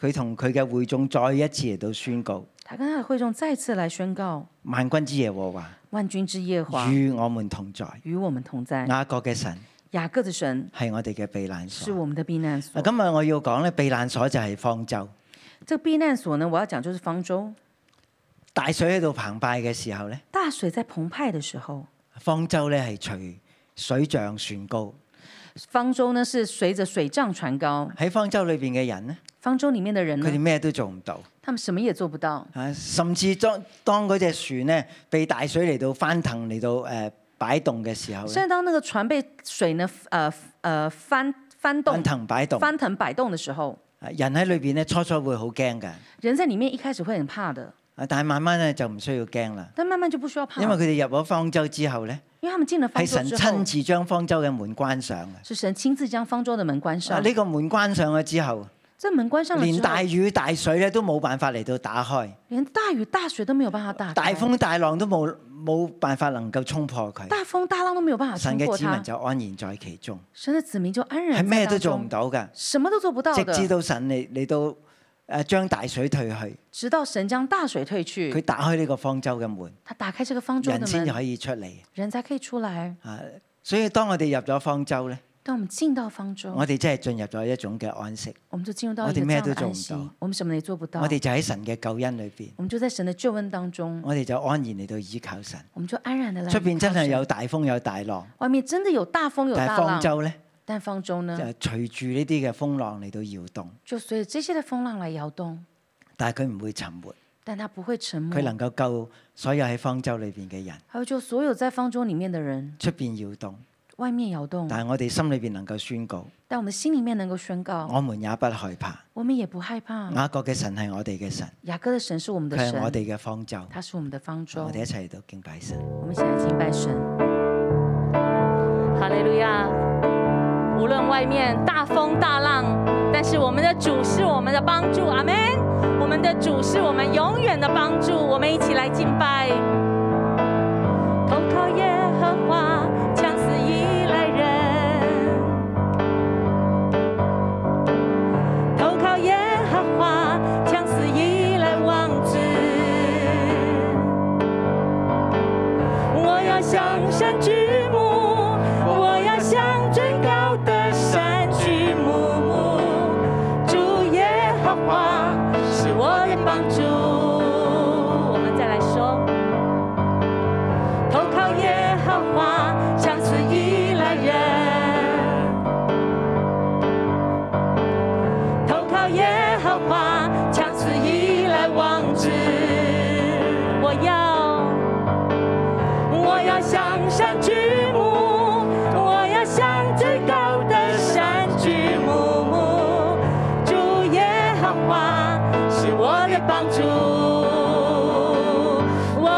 [SPEAKER 2] 佢同佢嘅會眾再一次嚟到宣告：
[SPEAKER 3] 他跟他的会众再次来宣告：
[SPEAKER 2] 萬軍之耶和華
[SPEAKER 3] 万军之耶和华
[SPEAKER 2] 與我們同在。
[SPEAKER 3] 与我们同在。
[SPEAKER 2] 雅各嘅神
[SPEAKER 3] 雅各的神
[SPEAKER 2] 係我哋嘅避難
[SPEAKER 3] 是
[SPEAKER 2] 所。
[SPEAKER 3] 我们的避难所
[SPEAKER 2] 啊，。今日我要講咧，避難所就係方舟。
[SPEAKER 3] 这个避难所呢，我要讲就是方舟。
[SPEAKER 2] 大水喺度澎湃嘅時候咧，
[SPEAKER 3] 大水在澎湃的时候，
[SPEAKER 2] 方舟咧係隨水漲船高。
[SPEAKER 3] 方舟呢是随着水涨船高。
[SPEAKER 2] 喺方舟裏邊嘅人咧，
[SPEAKER 3] 方舟里面的人
[SPEAKER 2] 佢哋
[SPEAKER 3] 呢，
[SPEAKER 2] 咩都做唔到。
[SPEAKER 3] 他们什么也做不到。
[SPEAKER 2] 啊，甚至當當嗰隻船咧被大水嚟到翻騰嚟到誒、呃、擺動嘅時候
[SPEAKER 3] 甚
[SPEAKER 2] 咧，
[SPEAKER 3] 至当那个船被水呢，呃呃翻翻
[SPEAKER 2] 翻
[SPEAKER 3] 动、
[SPEAKER 2] 騰擺動，
[SPEAKER 3] 翻腾摆动的时候，
[SPEAKER 2] 啊人喺裏邊咧初初會好驚㗎，
[SPEAKER 3] 人在里面一开始会很怕的，
[SPEAKER 2] 啊但係慢慢咧就唔需要驚啦，
[SPEAKER 3] 但慢慢就不需要怕，
[SPEAKER 2] 因
[SPEAKER 3] 因
[SPEAKER 2] 為
[SPEAKER 3] 为
[SPEAKER 2] 佢哋入咗方舟之後咧，
[SPEAKER 3] 他们进了方
[SPEAKER 2] 係
[SPEAKER 3] 舟
[SPEAKER 2] 神
[SPEAKER 3] 之
[SPEAKER 2] 親
[SPEAKER 3] 后，
[SPEAKER 2] 自將方舟嘅門關上嘅。
[SPEAKER 3] 是神亲自将方舟的门关
[SPEAKER 2] 啊
[SPEAKER 3] 上。
[SPEAKER 2] 呢個門關上咗之後，
[SPEAKER 3] 这门关上了之
[SPEAKER 2] 連
[SPEAKER 3] 后，
[SPEAKER 2] 大雨大水咧都冇辦法嚟到打開，
[SPEAKER 3] 连大雨大水都没有办法打开，
[SPEAKER 2] 大風大浪都冇冇辦法能夠衝破佢。
[SPEAKER 3] 大風大浪都没有办法
[SPEAKER 2] 神嘅
[SPEAKER 3] 冲破
[SPEAKER 2] 子
[SPEAKER 3] 它
[SPEAKER 2] 民。就安然在其中，
[SPEAKER 3] 神的子民就安然
[SPEAKER 2] 係
[SPEAKER 3] 在
[SPEAKER 2] 咩
[SPEAKER 3] 當
[SPEAKER 2] 都做唔
[SPEAKER 3] 中，
[SPEAKER 2] 到㗎。
[SPEAKER 3] 什么都做不到
[SPEAKER 2] 直
[SPEAKER 3] 的，
[SPEAKER 2] 至到神嚟嚟到誒將大水退去，
[SPEAKER 3] 直到神将大水退
[SPEAKER 2] 佢
[SPEAKER 3] 去，
[SPEAKER 2] 打開呢個方舟嘅門，
[SPEAKER 3] 他打开这个嗯方舟
[SPEAKER 2] 人
[SPEAKER 3] 的
[SPEAKER 2] 先至
[SPEAKER 3] 门，
[SPEAKER 2] 可以出嚟
[SPEAKER 3] 人才可以出来。
[SPEAKER 2] 啊！所以當我哋入咗方舟咧，
[SPEAKER 3] 当我们进到方舟，
[SPEAKER 2] 我哋真係進入咗一種嘅安息，
[SPEAKER 3] 我们就进入到
[SPEAKER 2] 我
[SPEAKER 3] 一个
[SPEAKER 2] 哋
[SPEAKER 3] 这
[SPEAKER 2] 咩
[SPEAKER 3] 样的
[SPEAKER 2] 都做
[SPEAKER 3] 安
[SPEAKER 2] 唔
[SPEAKER 3] 息
[SPEAKER 2] 到，
[SPEAKER 3] 我们什么也做不到
[SPEAKER 2] 我。哋就喺神嘅救恩裏邊，
[SPEAKER 3] 我们就在神的救恩当中，
[SPEAKER 2] 我哋就安然嚟到依靠神。
[SPEAKER 3] 我们就安然的来。
[SPEAKER 2] 出邊真係，有大風有大浪，
[SPEAKER 3] 外面真的有大風有
[SPEAKER 2] 但係
[SPEAKER 3] 大浪嗯
[SPEAKER 2] 方，舟咧
[SPEAKER 3] 但方舟
[SPEAKER 2] 就
[SPEAKER 3] 呢，
[SPEAKER 2] 隨住呢啲嘅風浪嚟到搖動，
[SPEAKER 3] 就随着这些的风浪来摇动，
[SPEAKER 2] 但係佢唔會沉沒，
[SPEAKER 3] 但它不会沉
[SPEAKER 2] 佢
[SPEAKER 3] 没，
[SPEAKER 2] 能夠救所有喺方舟裏邊嘅人。
[SPEAKER 3] 还有就所有在方舟里面的人，
[SPEAKER 2] 出邊搖動，
[SPEAKER 3] 外面摇动，
[SPEAKER 2] 但係我哋心裏邊能夠宣告，
[SPEAKER 3] 但我们心里面能够宣告，
[SPEAKER 2] 我們也不害怕。
[SPEAKER 3] 我们也不害怕。
[SPEAKER 2] 雅各嘅神係我哋嘅神，
[SPEAKER 3] 雅各的嗯神是我们的
[SPEAKER 2] 佢係我
[SPEAKER 3] 神，
[SPEAKER 2] 哋嘅方舟。
[SPEAKER 3] 他是我们的方舟
[SPEAKER 2] 我。哋一齊嚟到敬拜神。
[SPEAKER 3] 我们一起来敬拜神。
[SPEAKER 4] 哈利路亚！无论外面大风大浪，但是我们的主是我们的帮助，阿门。我们的主是我们永远的帮助，我们一起来敬拜。投靠耶和华，强似依赖人。投靠耶和华，强似依赖王子。我要向山举目，我要向最高的山举目。主耶和华是我的帮助。
[SPEAKER 5] 哦啊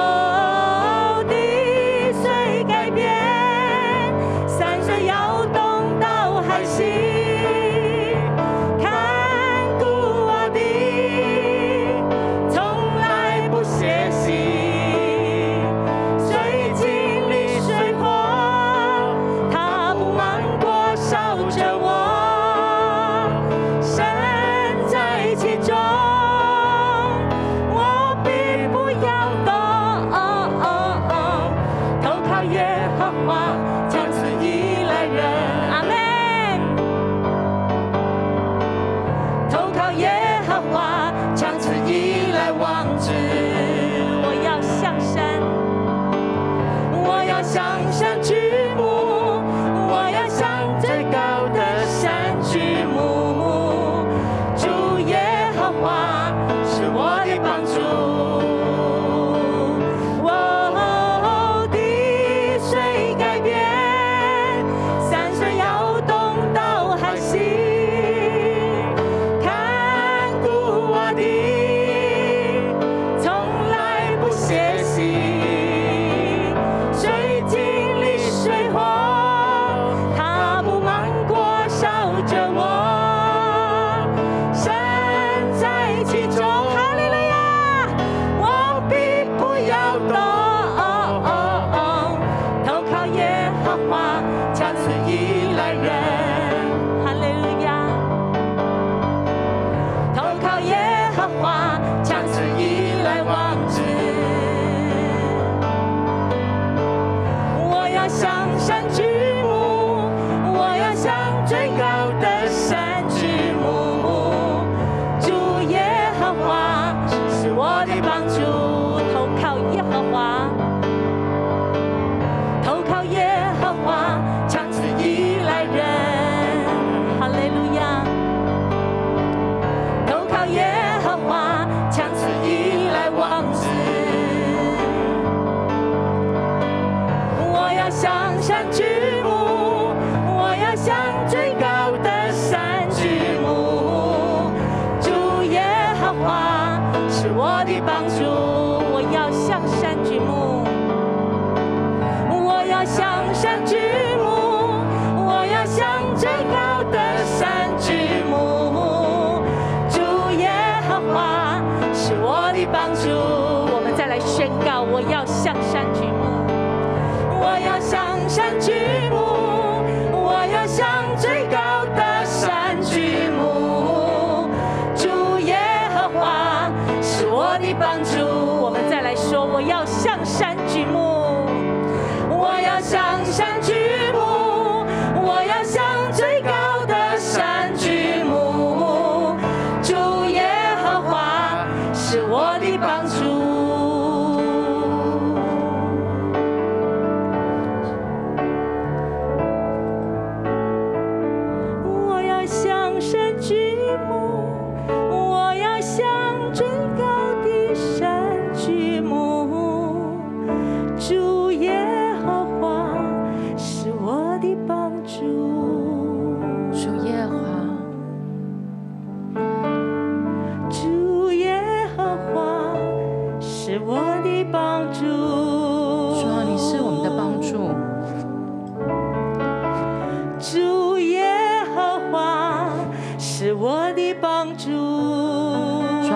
[SPEAKER 3] 啊
[SPEAKER 5] 是我的帮助。
[SPEAKER 3] 主啊，你是我们的帮助，
[SPEAKER 5] 主耶和华是我的帮助。
[SPEAKER 3] 主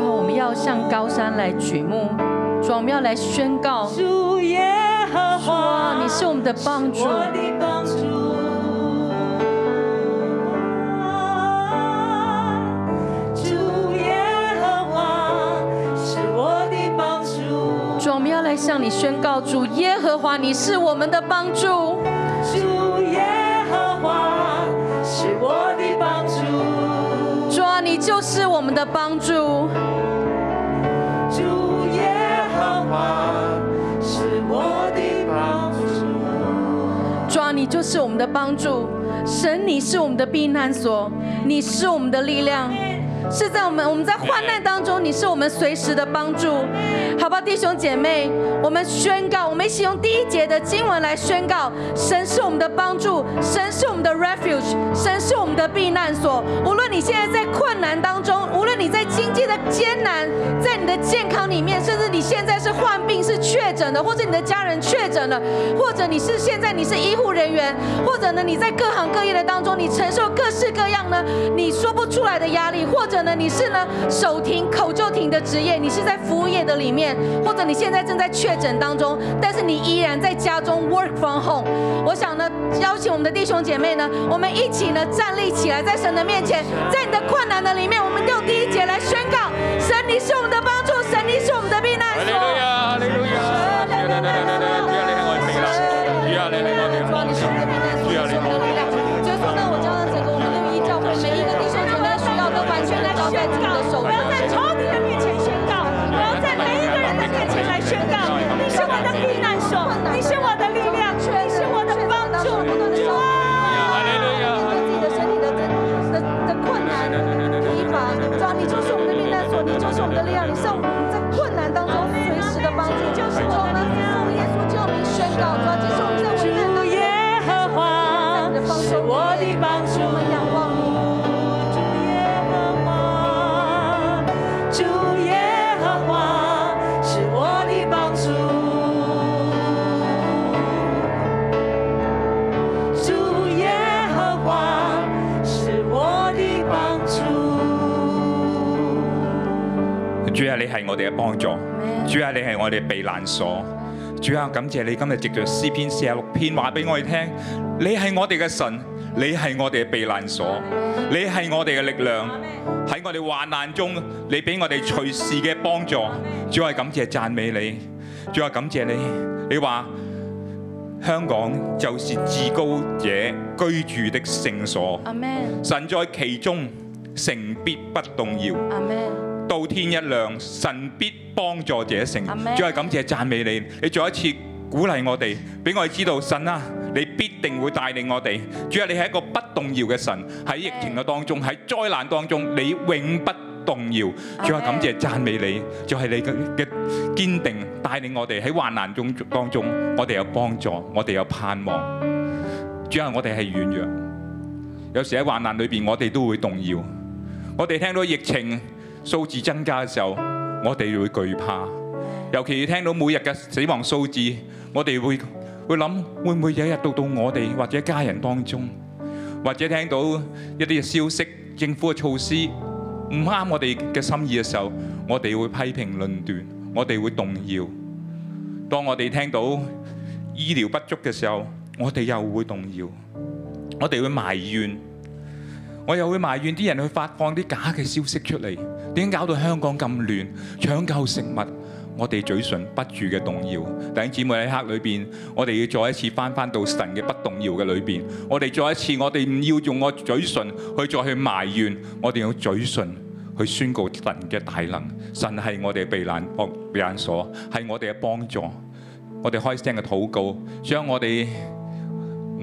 [SPEAKER 3] 啊，我们要向高山来举目，主啊，我们要来宣告，主
[SPEAKER 5] 主耶和华
[SPEAKER 3] 啊，，你是我们的帮
[SPEAKER 5] 是
[SPEAKER 3] 助，
[SPEAKER 5] 我的帮助。主耶和华是我的帮助。
[SPEAKER 3] 主啊，我们要来向你宣告，主耶和华，你是我们的帮助，
[SPEAKER 5] 主耶和华是我的帮助，
[SPEAKER 3] 主啊，你就是我们的帮助，
[SPEAKER 5] 主耶和华是我的帮助，
[SPEAKER 3] 主啊，你就是我们的帮助，神，你是我们的避难所，你是我们的力量，是在我们我们在患难当中，你是我们随时的帮助，好吧，弟兄姐妹，我们宣告，我们一起用第一节的经文来宣告，神是我们的帮助，神是我们的 refuge，神是我们的避难所。无论你现在在困难当中，无论你在经济的艰难，在你的健康里面，甚至你现在是患病、是确诊的，或者你的家人确诊了，或者你是现在你是医护人员，或者呢你在各行各业的当中，你承受各式各样呢你说不出来的压力，或者呢你是呢手停口就停的职业，你是在服务业的里面，或者你现在正在确诊当中，但是你依然在家中 work from home。我想呢邀请我们的弟兄姐妹呢，我们一起呢站立起来，在神的面前，在你的困难的里面，我们用第一节来宣告：神你是我们的帮助，神你是我们的避难所。主啊，你是我们的避难所，你是我们的力量。所以说呢，我将让整个我们六一教会每一个弟兄姐妹的需要都完全来交在主的手
[SPEAKER 6] 我
[SPEAKER 3] 中。
[SPEAKER 6] 要在仇敌的面前宣告，我要在每一个人的面前来宣告，你是我的避难所，你是我的力量，你是我的帮助。主啊，
[SPEAKER 3] 面对自己的身体的的的的困难、疲乏，主啊，你就是我们的避难所，你就是我们的力量，你是我们在困难当中随时的帮助。就是我们奉耶稣基督的名宣告，主啊，即使我们在危难当中，
[SPEAKER 5] 主耶和华
[SPEAKER 3] 在你的帮助
[SPEAKER 5] 是我的帮助
[SPEAKER 3] 我。们仰望你。
[SPEAKER 5] 主耶和华，主耶和华是我的帮助。主耶和华是我的帮助。
[SPEAKER 6] 主啊，你係我哋嘅幫助，主啊，你係我哋避難所。主啊，感謝你今日藉着詩篇四十六篇話俾我哋聽，你係我哋嘅神，你係我哋嘅避難所，你係我哋嘅力量。喺我哋患難中，你俾我哋隨時嘅幫助。主啊，感謝讚美你，主啊，感謝你。你話香港就是至高者居住的聖所，
[SPEAKER 3] 阿门，
[SPEAKER 6] 神在其中，城必不動搖。
[SPEAKER 3] 阿门。
[SPEAKER 6] 到天一亮，神必幫助者成。
[SPEAKER 3] Amen
[SPEAKER 6] 再感謝讚美你，你再一次鼓勵我哋，俾我哋知道神啊，你必定會帶領我哋。主啊，你係一個不動搖嘅神，喺疫情嘅當中，喺災難當中，你永不動搖。主啊，
[SPEAKER 3] Amen
[SPEAKER 6] 感謝讚美你，就係、你嘅嘅堅定帶領我哋喺患難中當中，我哋有幫助，我哋有盼望。主啊，我哋係軟弱，有時喺患難裏邊，我哋都會動搖。我哋聽到疫情數字增加嘅時候，我哋會懼怕，尤其聽到每日嘅死亡數字，我哋會會諗會唔會有一日到到我哋或者家人當中，或者聽到一啲嘅消息，政府嘅措施唔啱我哋嘅心意嘅時候，我哋會批評論斷，我哋會動搖。當我哋聽到醫療不足嘅時候，我哋又會動搖，我哋會埋怨。我又會埋怨啲人去發放啲假嘅消息出嚟，點解搞到香港咁亂？搶救食物，我哋嘴唇不住嘅動搖。弟兄姊妹喺黑裏邊，我哋要再一次翻翻到神嘅不動搖嘅裏邊。我哋再一次，我哋唔要用我嘴唇去再去埋怨，我哋用嘴唇去宣告神嘅大能。神係我哋嘅避難哦避難所，係我哋嘅幫助。我哋開聲嘅禱告，將我哋。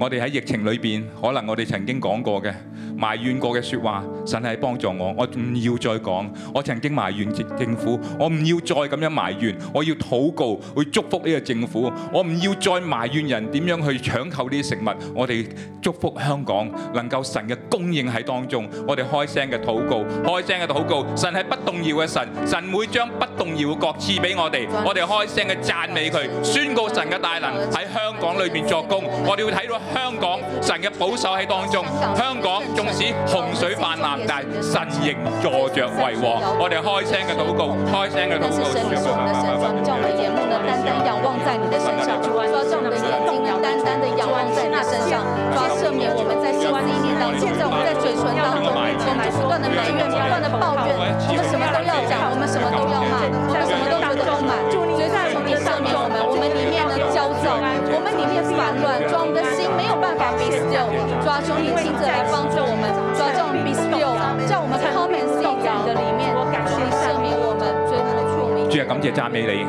[SPEAKER 6] 我哋喺疫情裏邊，可能我哋曾經講過嘅埋怨過嘅説話，神係幫助我，我唔要再講。我曾經埋怨政政府，我唔要再咁樣埋怨，我要禱告，去祝福呢個政府。我唔要再埋怨人點樣去搶購呢啲食物。我哋祝福香港能夠神嘅供應喺當中。我哋開聲嘅禱告，開聲嘅禱告，神係不動搖嘅神，神會將不動搖嘅國賜俾我哋。我哋開聲嘅讚美佢，宣告神嘅大能喺香港裏邊作工。我哋會睇到香港神嘅保守喺當中。香港縱使洪水泛濫，但係神仍坐着為王。我哋開聲嘅禱告，開聲嘅禱
[SPEAKER 7] 但是
[SPEAKER 6] 告。
[SPEAKER 7] 神，你是我们的神主，叫我们的眼目呢单单仰望在你的身上，主啊，叫我们的眼睛呢单单的仰望在你的身上，主啊，赦免我们在心思意念当中，现在我们在嘴唇当中，我们就不断的埋怨，不断的抱怨，我们什么都要讲，我们什么都要骂，我们什么都觉得不满，所以在我们上面我们，我们里面呢焦躁，我们里面烦乱，主啊，我们的心没有办法 be still，主啊，求你亲自来帮助我们，主啊，叫我们 be still，叫我们 come and see 在你的里面，求你赦免我们，所以他的我们。
[SPEAKER 6] 主啊，感謝讚美你，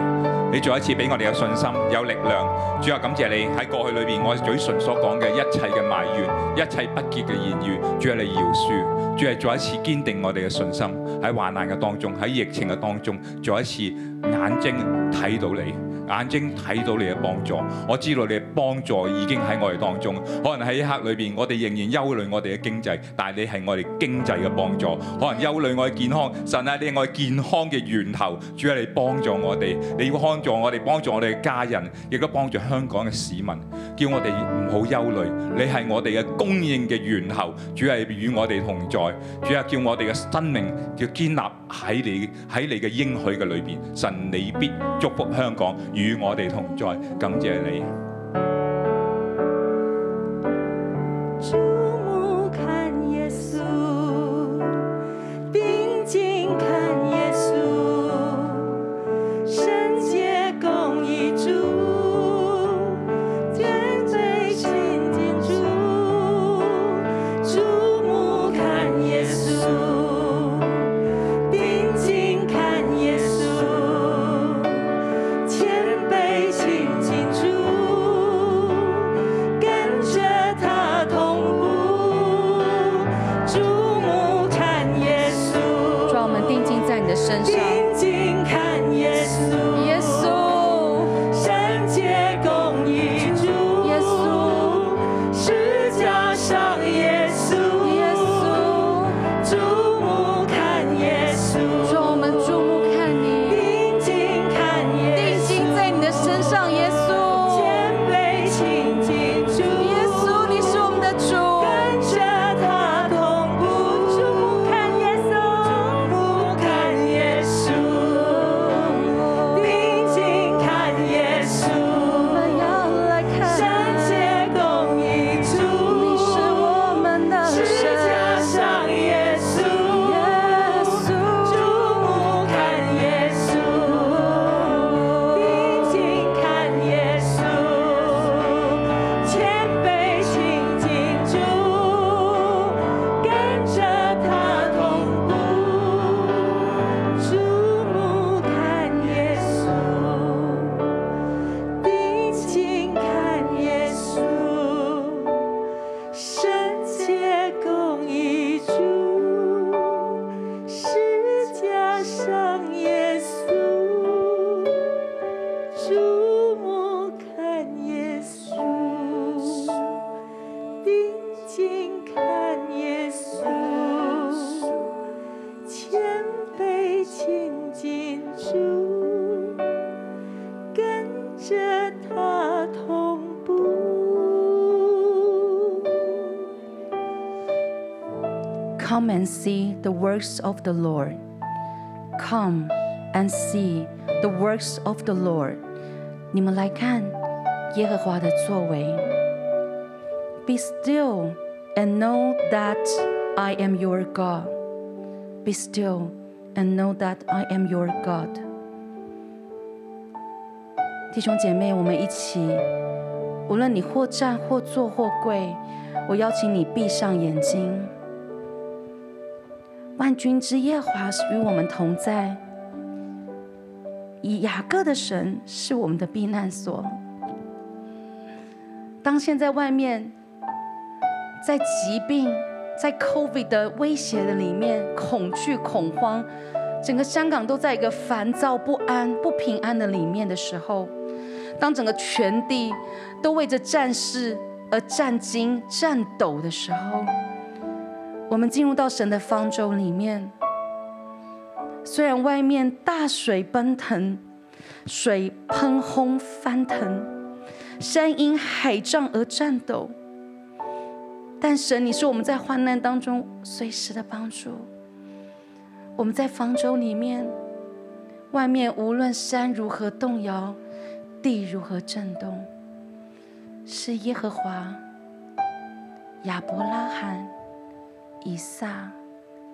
[SPEAKER 6] 你再一次俾我哋有信心、有力量。主啊，感謝你喺過去裏邊，我嘴唇所講嘅一切嘅埋怨、一切不潔嘅言語，主啊，你饒恕。主啊，再一次堅定我哋嘅信心喺患難嘅當中，喺疫情嘅當中，再一次眼睛睇到你。眼睛睇到你嘅幫助，我知道你嘅幫助已經喺我哋當中。可能喺一刻裏邊，我哋仍然憂慮我哋嘅經濟，但係你係我哋經濟嘅幫助。可能憂慮我哋健康，神啊，你係我哋健康嘅源頭，主啊，你幫助我哋，你要幫助我哋，幫助我哋嘅家人，亦都幫助香港嘅市民，叫我哋唔好憂慮。你係我哋嘅供應嘅源頭，主係與我哋同在。主啊，叫我哋嘅生命要建立喺你喺你嘅應許嘅裏邊。神，你必祝福香港，與我哋同在。感謝你。
[SPEAKER 5] 注目看耶稣，定睛看耶稣，圣洁公义主，天最亲近主。注目看耶稣，定睛看耶稣，谦卑亲近主。跟着他同步，注目看耶稣，
[SPEAKER 3] 主啊，我们定睛在你的身上，
[SPEAKER 5] 定睛看耶稣，
[SPEAKER 3] 耶稣。
[SPEAKER 5] 圣洁公义主，
[SPEAKER 3] 耶
[SPEAKER 5] 稣，十架上耶稣，
[SPEAKER 3] 耶稣，
[SPEAKER 5] 注目看耶稣，
[SPEAKER 3] 主啊，我们注目看你，
[SPEAKER 5] 定睛看耶
[SPEAKER 3] 定
[SPEAKER 5] 稣，
[SPEAKER 3] 睛在你的身上，耶稣，
[SPEAKER 5] 谦卑亲近主，
[SPEAKER 3] 耶稣，你是我们的主，
[SPEAKER 5] 跟着他同步，注目看耶稣，注目看耶稣，定睛看耶稣，
[SPEAKER 3] 我们要来看
[SPEAKER 5] 圣洁公义主，
[SPEAKER 3] 你是我们的
[SPEAKER 5] 十架
[SPEAKER 3] 神，
[SPEAKER 5] 上耶稣，
[SPEAKER 3] 耶稣，
[SPEAKER 5] 注目看耶稣，定睛看耶稣，谦卑亲近主，跟着他同步，注目看耶稣，定睛看耶稣。圣洁公义主，是加上耶稣，注目看耶稣，定睛看耶稣，谦卑亲近主，跟着他同步。
[SPEAKER 3] Come and see the works of the Lord. Come and see the works of the Lord. 你们来看耶和华的作为。Be still and know that I am your God. Be still and know that I am your God. 弟兄姐妹，我们一起，无论你或站或坐或跪，我邀请你闭上眼睛。万军之耶和华与我们同在。以雅各的神是我们的避难所。
[SPEAKER 8] 当现在外面在疾病、在 COVID 的威胁的里面，恐惧、恐慌，整个香港都在一个烦躁、不安、不平安的里面的时候，当整个全地都为着战事而战惊、战抖的时候，我们进入到神的方舟里面。虽然外面大水奔腾，水喷轰翻腾，山因海涨而战抖。但神，你是我们在患难当中随时的帮助。我们在方舟里面，外面无论山如何动摇，地如何震动，是耶和华、亚伯拉罕、以撒、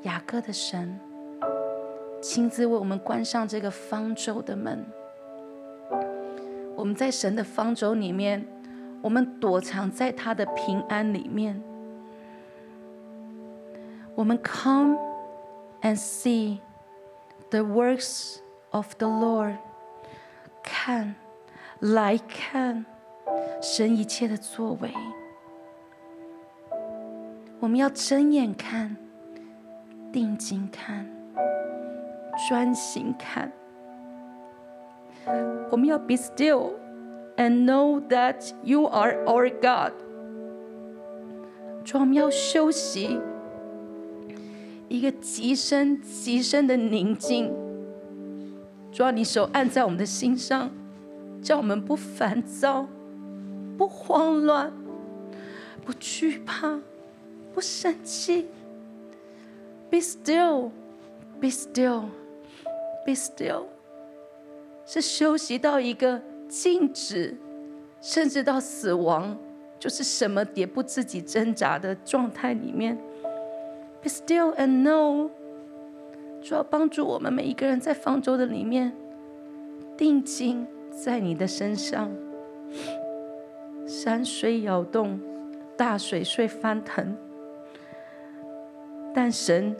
[SPEAKER 8] 雅各的神。亲自为我们关上这个方舟的门。我们在神的方舟里面，我们躲藏在他的平安里面。我们 come and see the works of the Lord，看，来看神一切的作为。我们要睁眼看，定睛看。专心看。我们要 be still and know that you are our God。主，我们要休息，一个极深极深的宁静。主要你手按在我们的心上，叫我们不烦躁，不慌乱，不惧怕，不生气。Be still, be still。be still，是休息到一个静止，甚至到死亡，就是什么也不自己挣扎的状态里面。Be still and know，主要帮助我们每一个人在方舟的里面，定睛在你的身上。山水摇动，大水虽翻腾，但神，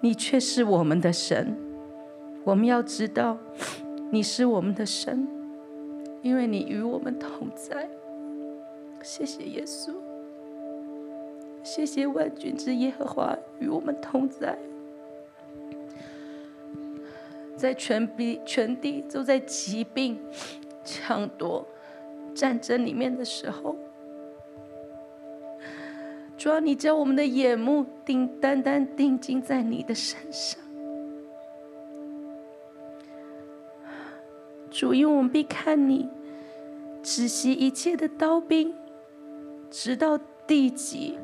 [SPEAKER 8] 你却是我们的神。我们要知道，你是我们的神，因为你与我们同在。谢谢耶稣，谢谢万军之耶和华与我们同在，在全地全地都在疾病、抢夺、战争里面的时候，主啊要你将我们的眼目定单单定睛在你的身上。主，因为我们必看你，止息一切的刀兵，直到地极。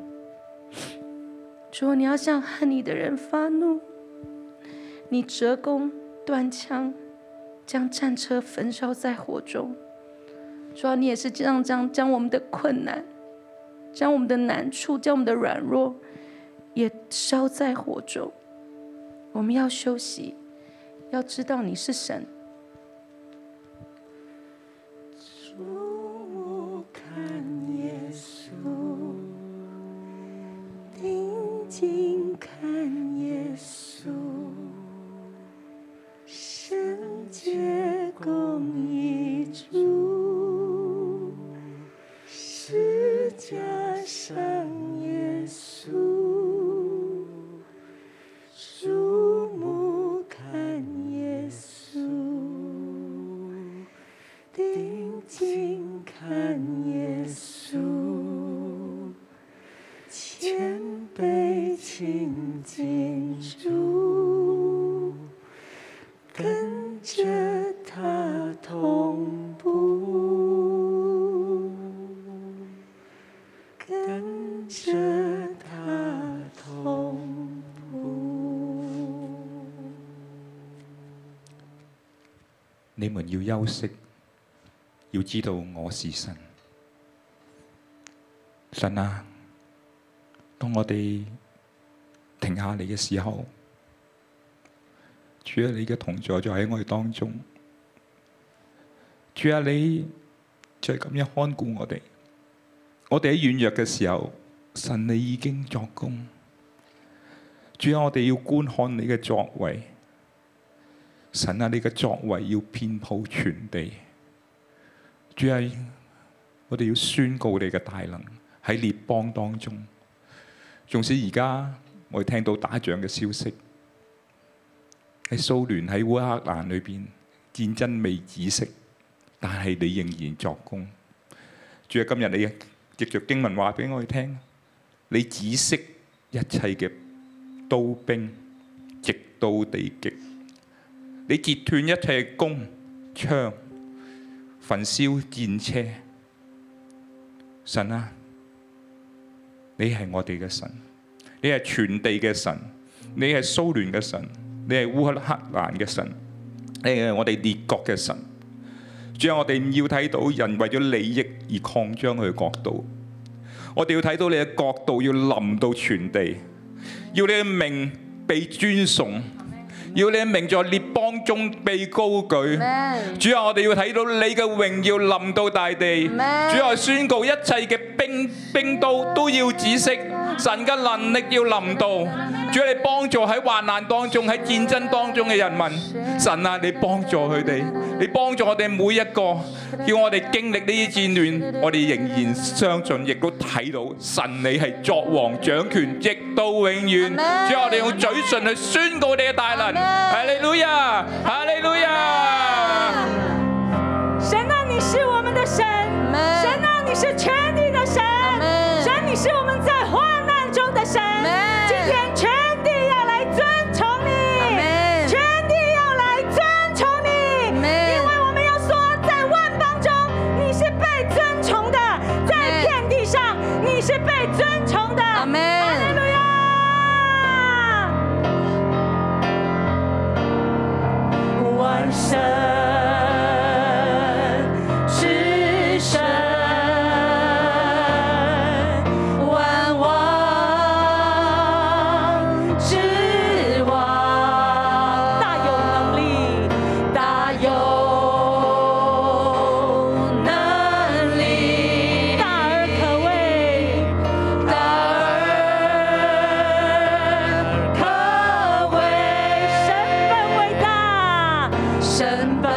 [SPEAKER 8] 主，你要向恨你的人发怒，你折弓断枪，将战车焚烧在火中。主啊要你也是这样将将我们的困难，将我们的难处，将我们的软弱，也烧在火中。我们要休息，要知道你是神。
[SPEAKER 5] 定睛看耶稣，圣洁公义主，施加上耶稣，注目看耶稣，定睛看耶稣。谦卑亲近主，跟着他同步，跟着他同步。
[SPEAKER 6] 你们要休息，要知道我是神。神啊，當我哋停下嚟嘅時候，主啊，你嘅同在就喺我哋當中。主啊，你就係咁樣看顧我哋。我哋喺軟弱嘅時候，神你已經作工。主啊，我哋要觀看你嘅作為。神啊，你嘅作為要遍佈全地。主啊，我我哋要宣告你嘅大能喺列邦當中。縱使而家我哋聽到打仗嘅消息，喺蘇聯喺烏克蘭裏邊戰爭未止息，但係你仍然作工。主啊，今日你藉着經文話俾我哋聽，你止息一切嘅刀兵，直到地極。你截斷一切弓槍，焚燒戰車。神啊，你係我哋嘅神，你係全地嘅神，你係蘇聯嘅神，你係烏克蘭嘅神，你係我哋列國嘅神。主啊，我哋唔要睇到人為咗利益而擴張佢嘅國度，我哋要睇到你嘅國度要臨到全地，要你嘅名被尊崇，要你嘅名在列邦中被高舉。主啊，我哋要睇到你嘅榮耀臨到大地。主啊，宣告一切嘅冰冰刀都要止息，神嘅能力要臨到。主啊，你幫助喺患難當中、喺戰爭當中嘅人民。神啊，你幫助佢哋，你幫助我哋每一個，叫我哋經歷呢啲戰亂，我哋仍然相信，亦都睇到神你係作王掌權，直到永遠。主啊，我哋用嘴唇去宣告你嘅大能。哈利路亞，哈利路亞。
[SPEAKER 8] 神啊，你是我们的神，神啊，你是全地的神，啊神你是我们在患难中的神，今天全地要来尊崇你，全地要来尊崇你，因为我们要说在万邦中你是被尊崇的，在遍地上你是被尊崇的，哈利路亚。万神之神，万王之王，大有能力，大有能力，大而可畏。大而可畏，神本伟大，神本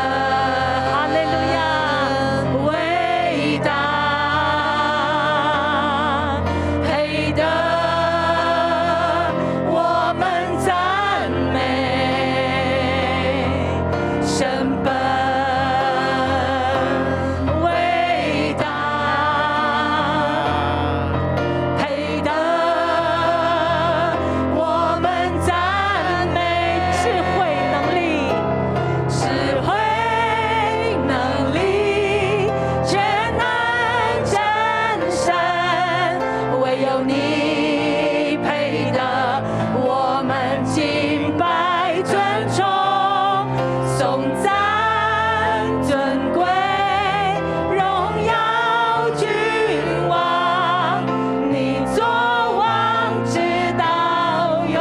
[SPEAKER 8] 哈利路亚伟大，配得我们赞美，神本伟大。配得我们赞美，智慧能力，智慧能力，全能真神，唯有你配得我们敬拜尊崇，颂赞尊贵，荣耀君王。你作王直到永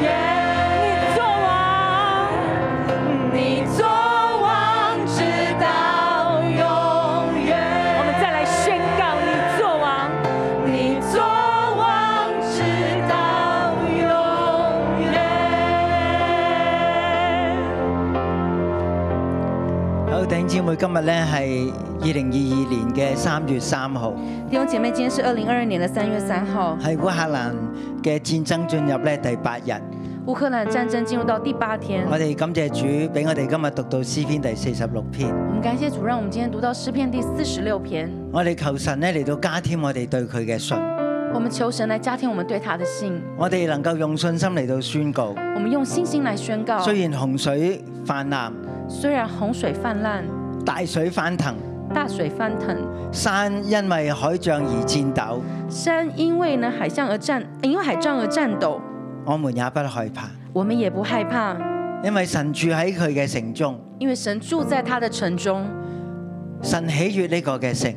[SPEAKER 8] 远，你作王，你作王直到永远。我们再来宣告，你作王，你作王直到永远。
[SPEAKER 2] 好，弟兄姊妹，今日呢係二零二二年嘅三月三號，
[SPEAKER 9] 弟兄姐妹，今天是二零二二年的三月三号，
[SPEAKER 2] 係烏克蘭嘅戰爭進入呢第八日。
[SPEAKER 3] 嗯
[SPEAKER 9] 乌克兰战争进入到第八天。
[SPEAKER 2] 我哋感謝主俾我哋今日讀到詩篇第四十六篇。
[SPEAKER 9] 我们感谢主，让我们今天读到诗篇第四十六篇。
[SPEAKER 2] 我哋求神呢嚟到加添我哋對佢嘅信，
[SPEAKER 9] 我们求神来加添我们对他的信，
[SPEAKER 2] 我哋能夠用信心嚟到宣告。
[SPEAKER 9] 我们用信心来宣告。
[SPEAKER 2] 雖然洪水泛濫，
[SPEAKER 9] 虽然洪水泛滥，
[SPEAKER 2] 大水翻騰，
[SPEAKER 9] 大水翻腾，
[SPEAKER 2] 山因為海漲而戰抖，
[SPEAKER 9] 山因为呢海象而战，因为海战而战抖，
[SPEAKER 2] 我們也不害怕，
[SPEAKER 9] 我们也不害怕，
[SPEAKER 2] 因為神住喺佢嘅城中，
[SPEAKER 9] 因为神住在他的城中，
[SPEAKER 2] 神喜悅呢個嘅城，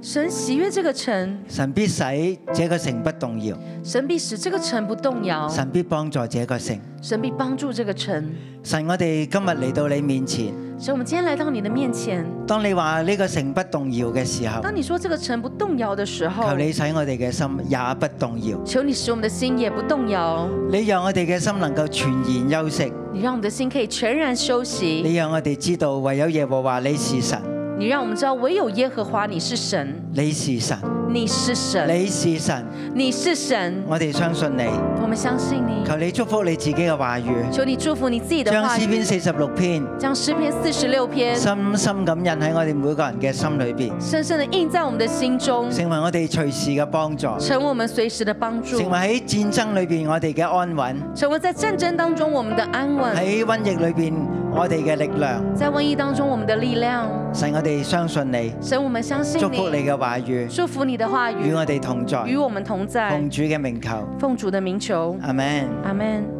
[SPEAKER 9] 神喜悦这个城，
[SPEAKER 2] 神必使這個城不動搖，
[SPEAKER 9] 神必使這个城不动摇，
[SPEAKER 8] 哦
[SPEAKER 2] 神必幫助這個城。
[SPEAKER 9] 神必帮助这个城。
[SPEAKER 2] 神，我哋今日嚟到你面前，
[SPEAKER 9] 所以我们今天来到你的面前，
[SPEAKER 2] 當你話呢個城不動搖嘅時
[SPEAKER 8] 哦
[SPEAKER 2] 候，
[SPEAKER 9] 当你说这个城不动摇的時候
[SPEAKER 2] 求，你使我哋嘅心也不動搖。
[SPEAKER 9] 求你使我们的心也不动摇，
[SPEAKER 2] 你讓我哋嘅心能夠全然休息，
[SPEAKER 9] 你让我们的心可以全然休息，
[SPEAKER 2] 你讓我哋知道唯有耶和華你是神，
[SPEAKER 8] 你让我们知道唯有耶和华你是神，
[SPEAKER 2] 你是神，
[SPEAKER 8] 你是神，
[SPEAKER 2] 你是神，
[SPEAKER 8] 你是神，
[SPEAKER 2] 我哋相信你。
[SPEAKER 8] 我们相信你。
[SPEAKER 2] 求你祝福你自己嘅话语，
[SPEAKER 8] 求你祝福你自己的
[SPEAKER 2] 将
[SPEAKER 8] 话
[SPEAKER 2] 诗篇
[SPEAKER 8] 语，
[SPEAKER 2] 四十六篇
[SPEAKER 8] 将诗篇四十六篇
[SPEAKER 2] 深深咁印喺我哋每個人嘅心裏邊，
[SPEAKER 8] 深深的印在我们的心中，
[SPEAKER 2] 成為我哋隨時嘅幫助，
[SPEAKER 8] 成为我们随时的帮助
[SPEAKER 2] 成為，喺戰爭裏邊我哋嘅安穩，
[SPEAKER 8] 成为在战争当中我们的安稳，
[SPEAKER 2] 喺瘟疫裏邊我哋嘅力量。
[SPEAKER 8] 在瘟疫当中我们的力量。
[SPEAKER 2] 神，我哋相信你，
[SPEAKER 8] 神，我们相信
[SPEAKER 2] 祝福你
[SPEAKER 8] 你，
[SPEAKER 2] 嘅話語
[SPEAKER 8] 祝福你的话
[SPEAKER 2] 與
[SPEAKER 8] 语
[SPEAKER 2] 我哋同在，
[SPEAKER 8] 与我们同在
[SPEAKER 2] 奉。主嘅名求，
[SPEAKER 8] 奉主的名求，
[SPEAKER 2] 阿門。
[SPEAKER 8] 阿门。